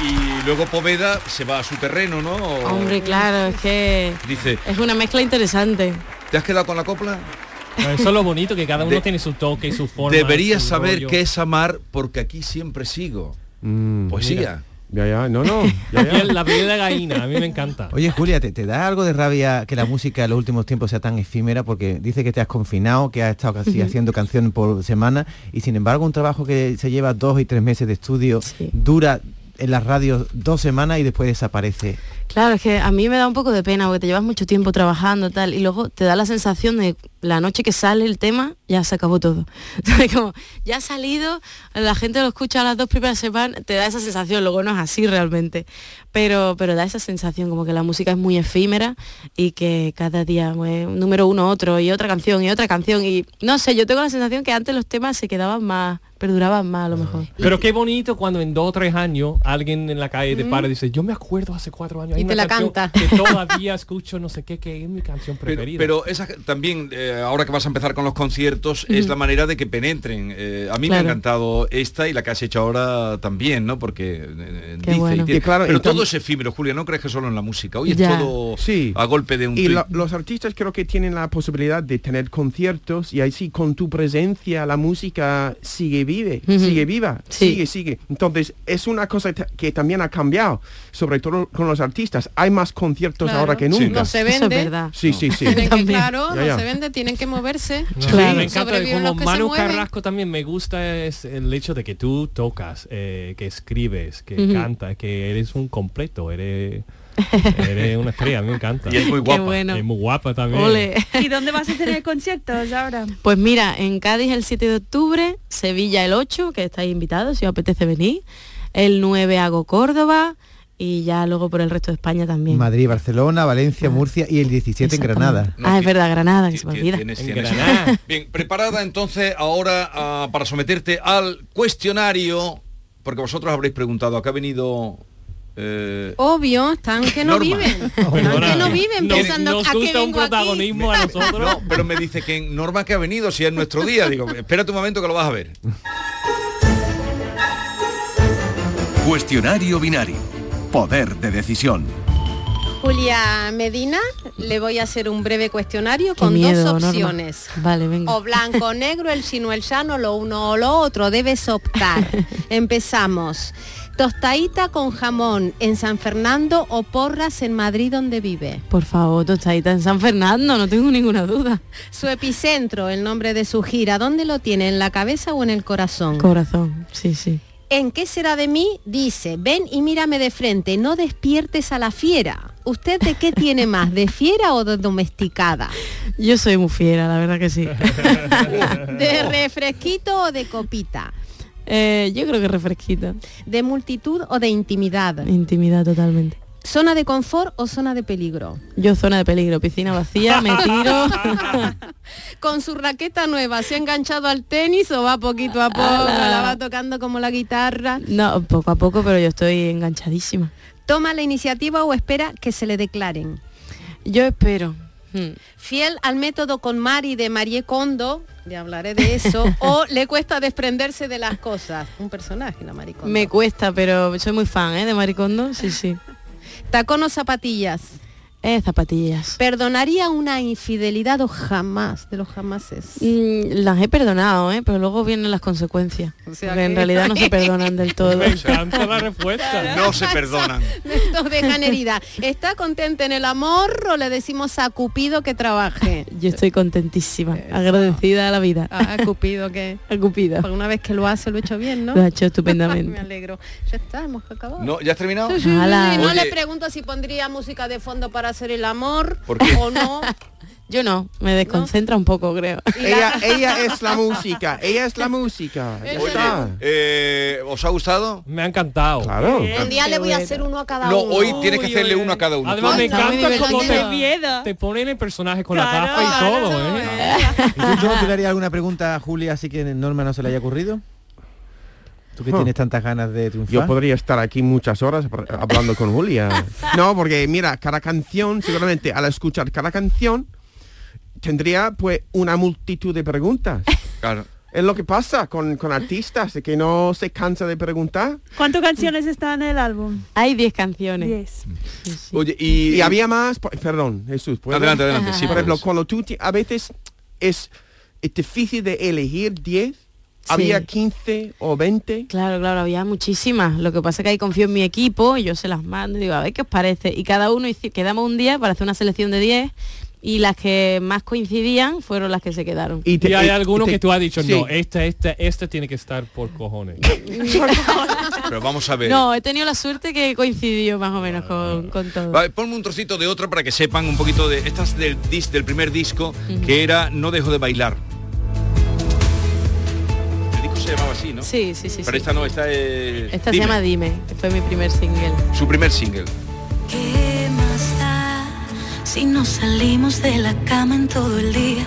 A: Y, y luego Poveda se va a su terreno, ¿no? O-
X: Hombre, claro, es que
A: Dice,
X: es una mezcla interesante.
A: ¿te has quedado con la copla?
I: Eso es lo bonito, que cada uno
A: De-
I: tiene su toque y su forma.
A: Deberías
I: su
A: saber
I: rollo.
A: qué es amar porque aquí siempre sigo.
G: Mm,
A: Poesía.
G: ya ya no no ya, ya.
I: La piel de gallina, a mí me encanta.
H: Oye, Julia, ¿te, te da algo de rabia que la música en los últimos tiempos sea tan efímera? Porque dice que te has confinado, que has estado casi
J: Ujú.
H: haciendo canción por semana y sin embargo un trabajo que se lleva dos y tres meses de estudio dura en las radios dos semanas y después desaparece.
X: Claro, es que a mí me da un poco de pena porque te llevas mucho tiempo trabajando tal y luego te da la sensación de la noche que sale el tema ya se acabó todo. ¿Sabes? Como, ya ha salido, la gente lo escucha las dos primeras semanas, te da esa sensación, luego no es así realmente, pero, pero da esa sensación como que la música es muy efímera y que cada día pues, un número uno otro y otra canción y otra canción y no sé, yo tengo la sensación que antes los temas se quedaban más, perduraban más a lo mejor.
I: Pero qué bonito cuando en dos o tres años alguien en la calle te para y dice, yo me acuerdo hace cuatro años.
X: Mm.
I: hay
X: Y
I: una
X: te la
I: canción
X: canta.
I: Que todavía escucho, no sé qué, que es mi canción
A: Pero,
I: preferida.
A: pero esa, también, eh, ahora que vas a empezar con los conciertos, es
I: Ujú.
A: la manera de que penetren. Eh, a mí me
I: Claro.
A: ha encantado esta y la que has hecho ahora también, ¿no? Porque eh,
G: Qué
A: dice y
G: bueno.
A: tiene-
G: Y claro,
A: pero
G: y tam-
A: todo es efímero, Julia, no crees que solo en la música. Hoy es
G: Ya.
A: todo a golpe de un
G: Y
A: tuit.
G: lo- los artistas creo que tienen la posibilidad de tener conciertos y ahí sí, con tu presencia, la música sigue vive,
E: Ujú.
G: sigue viva, sigue, sigue. Entonces, es una cosa ta- que también ha cambiado, sobre todo con los artistas. Hay más conciertos
M: Claro.
G: ahora que
M: Sí.
G: nunca.
M: No se Eso es vende. verdad.
G: Sí, sí, sí.
M: Tienen que, claro,
G: Ya,
M: no
G: ya.
M: se vende, tienen que moverse.
I: Sí, Me encanta
M: Sobreviven
I: como
M: los que se
I: Manu
M: mueven.
I: Carrasco también me gusta es el hecho de que tú tocas, eh, que escribes, que
M: Ujú.
I: cantas, que eres un completo, eres, eres una estrella, a mí me encanta.
A: Y es muy Qué guapa. bueno.
I: Es muy guapa también.
X: Ole.
F: ¿Y dónde vas a tener conciertos ahora?
X: Pues mira, en Cádiz el 7 de octubre, Sevilla el 8, que estáis invitados si os apetece venir, el 9 hago Córdoba y ya luego por el resto de España también.
H: Madrid, Barcelona, Valencia, Murcia y el 17 en Granada.
X: ah, es verdad, Granada, que se me
A: Tien-
X: olvida.
A: tienes- tienes- Bien, preparada entonces ahora ah, para someterte al cuestionario, porque vosotros habréis preguntado, acá ha venido... eh,
M: Obvio, están que no
A: Norma.
M: viven. Están que no viven pensando a qué vengo aquí.
I: a nosotros.
A: No, pero me dice que en Norma que ha venido, si es nuestro día, digo, espérate un momento que lo vas a ver.
D: Cuestionario binario. Poder de decisión.
M: Julia Medina, le voy a hacer un breve cuestionario
X: Qué
M: con
X: miedo,
M: dos
X: Norma.
M: opciones.
X: Vale, venga.
M: O blanco o negro, el chino el llano, lo uno o lo otro, debes optar. Empezamos. Tostadita con jamón en San Fernando o porras en Madrid donde vive.
X: Por favor, tostadita en San Fernando, no tengo ninguna duda.
M: Su epicentro, el nombre de su gira, ¿dónde lo tiene? ¿En la cabeza o en el corazón?
X: Corazón, sí, sí.
M: ¿En qué será de mí? Dice, ven y mírame de frente, no despiertes a la fiera. ¿Usted de qué tiene más, de fiera o de domesticada?
X: Yo soy muy fiera, la verdad que sí.
M: ¿De refresquito o de copita?
X: Eh, yo creo que refresquito.
M: ¿De multitud o de intimidad?
X: Intimidad totalmente.
M: ¿Zona de confort o zona de peligro?
X: Yo zona de peligro, piscina vacía, me tiro.
M: Con su raqueta nueva, ¿se ha enganchado al tenis o va poquito a poco? ¿La va tocando como la guitarra?
X: No, poco a poco, pero yo estoy enganchadísima.
M: ¿Toma la iniciativa o espera que se le declaren?
X: Yo espero.
M: Hmm. Fiel al método con Mari de Marie Kondo, ya hablaré de eso, o le cuesta desprenderse de las cosas. Un personaje, la Marie Kondo.
X: Me cuesta, pero soy muy fan, ¿eh? De Maricondo, sí, sí.
M: ¿Tacón o zapatillas?
X: Eh, zapatillas.
M: ¿Perdonaría una infidelidad o jamás, de los jamases?
X: Mm, las he perdonado, ¿eh? Pero luego vienen las consecuencias.
M: sea
X: porque en
M: que-
X: realidad no se perdonan del todo.
I: la respuesta.
A: No se perdonan.
M: Nos dejan herida. ¿Está contenta en el amor o le decimos a Cupido que trabaje?
X: Yo estoy contentísima,
M: Eh,
X: agradecida a la vida.
M: A, a Cupido que...
X: A Cupido.
M: Porque una vez que lo hace, lo he hecho bien, ¿no?
X: Lo ha hecho estupendamente.
M: Me alegro. Ya está, hemos acabado.
A: No, ¿Ya has terminado?
M: Sí, sí, sí, sí. No
A: Oye,
M: le pregunto si pondría música de fondo para hacer el amor
A: ¿Por qué?
M: o no.
X: Yo no, me desconcentra un poco, creo.
G: Ella, ella es la música, ella es la música. Ya
A: Oye,
G: está.
A: eh, ¿os ha gustado?
I: Me ha encantado.
G: Claro.
M: Un día le voy a hacer uno a cada
A: No,
M: uno.
A: hoy tienes que hacerle uno a cada uno.
I: Además me
M: Está muy
I: encanta cómo
M: divertido.
I: te, te ponen el personaje con la gafa y todo, ¿eh?
H: ¿Y tú, John, tú le harías alguna pregunta a Julia así que Norma no se le haya ocurrido? ¿Tú que
G: Huh.
H: tienes tantas ganas de triunfar?
G: Yo podría estar aquí muchas horas par- hablando con Julia. No, porque mira, cada canción, seguramente al escuchar cada canción, tendría pues una multitud de preguntas.
A: Claro.
G: Es lo que pasa con, con artistas, que no se cansa de preguntar.
F: ¿Cuántas canciones están en el álbum?
X: Hay 10 canciones.
A: Oye, y,
G: había más, po- perdón, Jesús. ¿puedo?
A: Adelante, adelante, sí,
G: Por ejemplo,
A: puedes.
G: cuando tú ti- a veces es, es difícil de elegir 10, había 15 o 20.
X: Claro, claro, había muchísimas. Lo que pasa es que ahí confío en mi equipo y yo se las mando y digo, a ver qué os parece. Y cada uno hici- quedamos un día para hacer una selección de 10 y las que más coincidían fueron las que se quedaron.
I: Y,
X: te-
I: hay
X: y
I: alguno
X: te-
I: que tú has dicho,
X: sí.
I: no, esta, esta, esta tiene que estar por cojones.
A: Pero vamos a ver.
X: No, he tenido la suerte que coincidió más o menos con, con todo.
A: Va, ponme un trocito de otra para que sepan un poquito de. Estas del, dis- del primer disco, que era No dejo de bailar. El disco se llamaba así, ¿no?
X: Sí, sí, sí.
A: Pero
X: sí.
A: esta no, esta es.
X: Esta
A: Dime,
X: se llama Dime, que fue mi primer single.
A: Su primer single.
W: ¿Qué más da si no salimos de la cama en todo el día?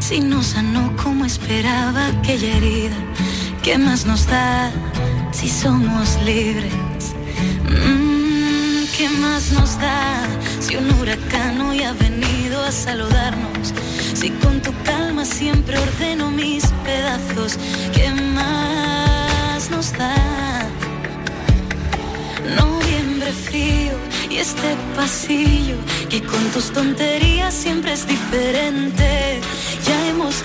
W: Si no sanó como esperaba aquella herida. ¿Qué más nos da si somos libres? Mm, ¿Qué más nos da si un huracán hoy ha venido a saludarnos? Si con tu calma siempre ordeno mis pedazos. ¿Qué más nos da? Noviembre frío y este pasillo que con tus tonterías siempre es diferente. Ya hemos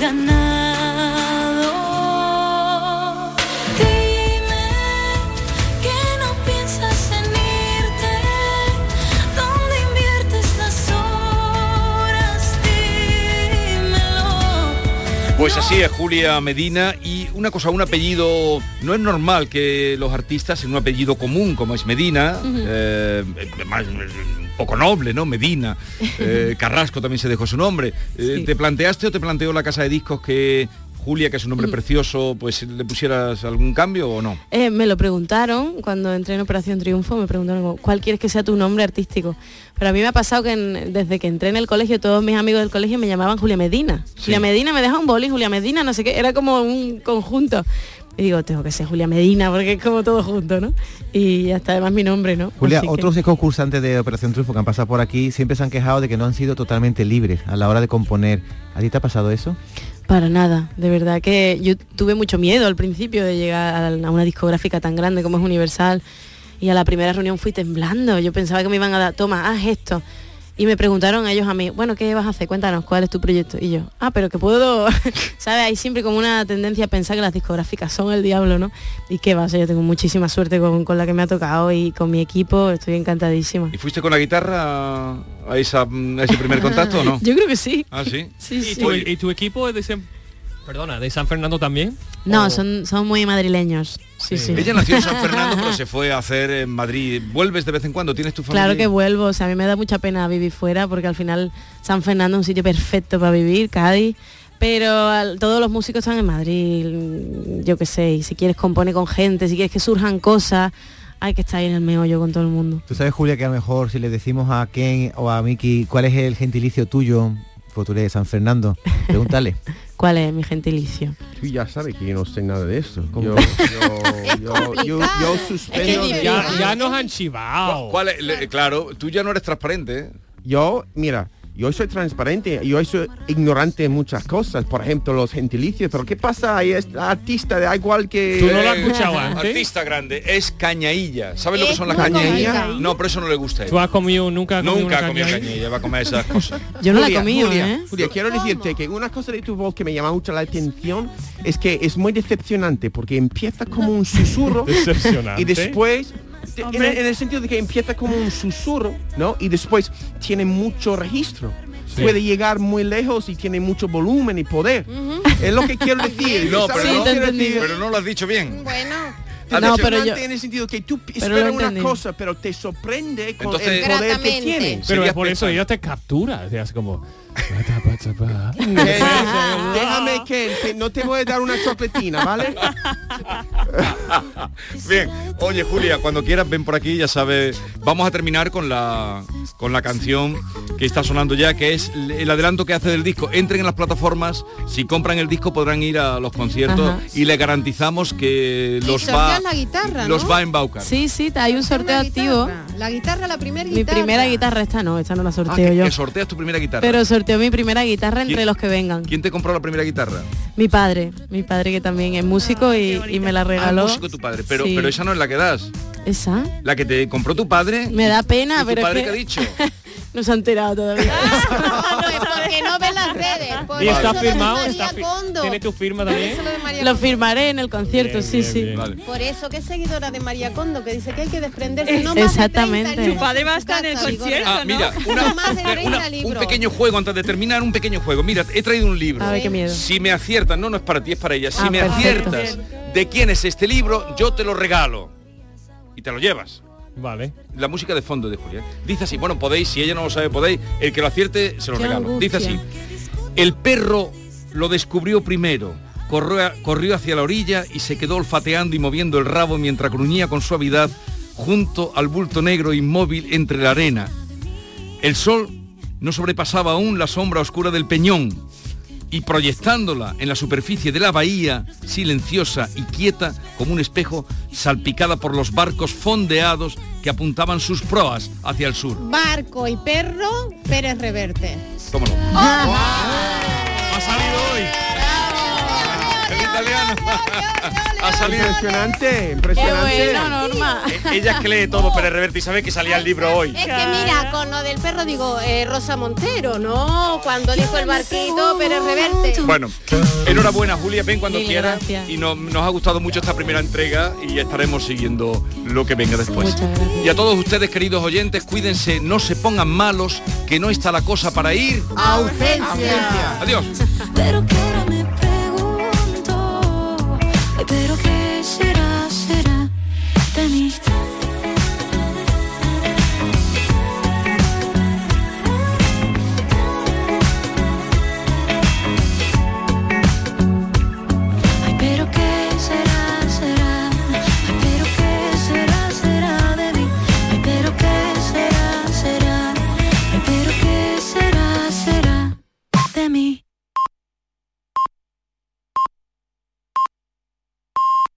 W: ganado. Dime que no piensas en irte. ¿Dónde inviertes las horas? Dímelo.
A: Pues así es Julia Medina y una cosa, un apellido, no es normal que los artistas en un apellido común como es Medina,
E: Ujú.
A: eh, más, eh, un poco noble, ¿no? Medina, eh, Carrasco también se dejó su nombre. Eh,
E: Sí.
A: ¿Te planteaste o te planteó la casa de discos que Julia, que es un
X: Mm.
A: nombre precioso, pues le pusieras algún cambio o no?
X: Eh, me lo preguntaron cuando entré en Operación Triunfo, me preguntaron como, cuál quieres que sea tu nombre artístico. Pero a mí me ha pasado que en- desde que entré en el colegio, todos mis amigos del colegio me llamaban Julia Medina. Julia Medina me deja un boli, Julia Medina, no sé qué, era como un conjunto. Y digo, tengo que ser Julia Medina porque es como todo junto, ¿no? Y hasta además mi nombre, ¿no?
H: Julia,
X: Así que-
H: otros concursantes de Operación Triunfo que han pasado por aquí siempre se han quejado de que no han sido totalmente libres a la hora de componer. ¿A ti te ha pasado eso?
X: Para nada, de verdad que yo tuve mucho miedo al principio de llegar a la- a una discográfica tan grande como es Universal y a la primera reunión fui temblando, yo pensaba que me iban a dar, toma, haz esto. Y me preguntaron ellos a mí, bueno, ¿qué vas a hacer? Cuéntanos, ¿cuál es tu proyecto? Y yo, ah, pero que puedo, ¿sabes? Hay siempre como una tendencia a pensar que las discográficas son el diablo, ¿no? Y qué va, o sea, yo tengo muchísima suerte con, con la que me ha tocado y con mi equipo, estoy encantadísima.
A: ¿Y fuiste con la guitarra a, esa- mm, a ese
X: Ah,
A: primer contacto o no?
X: Yo creo que sí.
A: Ah, sí.
X: Sí,
I: ¿Y,
X: sí.
I: tu, y tu equipo es de San, perdona, de San Fernando también?
X: No, son, son muy madrileños. Sí, sí.
A: oh. Ella nació en San Fernando, pero se fue a hacer en Madrid. ¿Vuelves de vez en cuando? ¿Tienes tu familia?
X: Claro que vuelvo, o sea, a mí me da mucha pena vivir fuera porque al final San Fernando es un sitio perfecto para vivir, Cádiz, pero al- todos los músicos están en Madrid, mm, yo qué sé, y si quieres compone con gente, si quieres que surjan cosas, hay que estar ahí en el meollo con todo el mundo.
H: Tú sabes, Julia, que a lo mejor si le decimos a Ken o a Miki cuál es el gentilicio tuyo, pues tú eres de San Fernando, pregúntale.
X: ¿Cuál es mi gentilicio?
G: Tú ya sabes que yo no sé nada de eso. Yo, yo, yo, yo, yo suspendo.
I: ya, ya nos han chivado.
A: ¿Cuál es?
X: Ah.
A: Le- claro, tú ya no eres transparente. ¿eh?
G: Yo, mira, yo soy transparente, yo soy ignorante en muchas cosas, por ejemplo, los gentilicios, pero ¿qué pasa? Ahí es artista, da igual que...
A: Eh, Artista grande, es cañailla. ¿Sabes lo
G: Es
A: que son las
G: muy
A: cañaillas?
G: complicado.
A: No, pero eso no le gusta a él.
I: ¿Tú has comido nunca? has comido
A: Nunca
I: una
A: ha comido
I: cañailla?
A: cañailla, va a comer esas cosas.
X: Yo no la he
G: Julia,
X: comido,
G: Julia,
X: ¿eh?
G: Julia, quiero decirte que una cosa de tu voz que me llama mucho la atención es que es muy decepcionante porque empieza como un susurro
I: Decepcionante.
G: y después te- en el, en el sentido de que empieza como un susurro, ¿no? Y después tiene mucho registro.
I: Sí.
G: Puede llegar muy lejos y tiene mucho volumen y poder. Es lo que quiero decir.
A: No,
G: ¿sabes
A: pero,
G: lo
A: no,
G: que quiero decir?
A: pero no lo has dicho bien.
G: No,
A: Decepcionante
G: pero yo...
A: en
G: en
A: el-
G: el sentido que tú
A: lo
G: esperas una
A: entendí.
G: cosa, pero te sorprende con
A: Entonces-
G: el poder que
A: Gratamente.
G: tiene.
I: Pero
A: Serías
I: es por eso
A: pensante.
I: ella te captura, te hace como...
G: Déjame que, que no te voy a dar una chocletina, ¿vale?
A: Bien, oye Julia, cuando quieras ven por aquí, ya sabes. Vamos a terminar con la con la canción que está sonando ya, que es l- el adelanto que hace del disco. Entren en las plataformas, si compran el disco podrán ir a los conciertos
X: Ajá.
A: y le garantizamos que
J: Y
A: los
J: sorteas
A: va
J: la guitarra, ¿no?
A: los va a embaucar.
X: Sí, sí, ta- hay un sorteo activo.
J: La guitarra, la primera
X: Mi
J: guitarra.
X: primera guitarra, esta no, esta no la
A: Ah,
X: sorteo
A: que,
X: yo.
A: que sorteas tu primera guitarra.
X: Pero sorteo mi primera guitarra entre
A: ¿Quién-
X: los que vengan.
A: ¿Quién te compró la primera guitarra?
X: Mi padre, mi padre que también es músico y, y me la
A: Ah,
X: regaló.
A: músico tu padre, pero
X: Sí.
A: pero esa no es la que das.
X: ¿Esa?
A: La que te compró tu padre.
X: Me da pena,
A: ¿Y tu
X: pero es
A: padre
X: que
A: qué ha dicho?
X: no se ha enterado todavía.
J: Porque no ven las redes,
X: Condo.
I: Y está
X: Eso lo de
I: firmado,
X: María
I: está fi-
X: Condo.
I: tiene tu firma también.
X: Lo firmaré en el concierto,
I: Bien,
X: sí,
I: bien,
X: sí.
I: bien. Vale.
M: Por eso, que es seguidora de María Condo, que dice que hay que desprenderse. No más
X: Exactamente.
M: De 30 libros
X: Su padre
M: de
X: va a
M: su
X: estar en el
M: casa, digo,
X: concierto,
M: ¿no?
A: Ah, mira,
M: No más de
A: Espera,
M: 30
A: una- un
M: libros.
A: pequeño juego antes de terminar, un pequeño juego. Mira, he traído un libro.
X: A ver, qué miedo.
A: Si me aciertas, no, no es para ti, es para ella. Si
X: Ah,
A: me
X: perfecto.
A: aciertas de quién es este libro, yo te lo regalo. Y te lo llevas.
I: Vale.
A: La música de fondo de Julián. Dice así, bueno, podéis, si ella no lo sabe, podéis, el que lo acierte se lo
X: Qué
A: regalo.
X: angustia.
A: Dice así, el perro lo descubrió primero. Corrió, a- corrió hacia la orilla y se quedó olfateando y moviendo el rabo mientras gruñía con suavidad junto al bulto negro inmóvil entre la arena. El sol no sobrepasaba aún la sombra oscura del peñón y proyectándola en la superficie de la bahía, silenciosa y quieta como un espejo, salpicada por los barcos fondeados que apuntaban sus proas hacia el sur.
M: Barco y perro, Pérez Reverte.
A: ¿Cómo no?
X: Ah,
M: Ha
A: salido hoy. El italiano. Ha salido.
G: Impresionante, impresionante.
X: Qué
M: Ah,
X: bueno, Norma.
A: Eh, Ella es que lee todo, Pérez Reverte, y sabe que salía el libro hoy.
M: Es que mira, con lo del perro digo, eh, Rosa Montero, ¿no? Cuando dijo el barquito, Pérez Reverte.
A: Bueno, enhorabuena Julia, ven cuando
M: Mil
A: quieras.
M: gracias.
A: Y no- nos ha gustado mucho esta primera entrega y estaremos siguiendo lo que venga después. Y a todos ustedes, queridos oyentes, cuídense, no se pongan malos, que no está la cosa para ir.
W: Ausencia.
A: Adiós.
W: Pero qué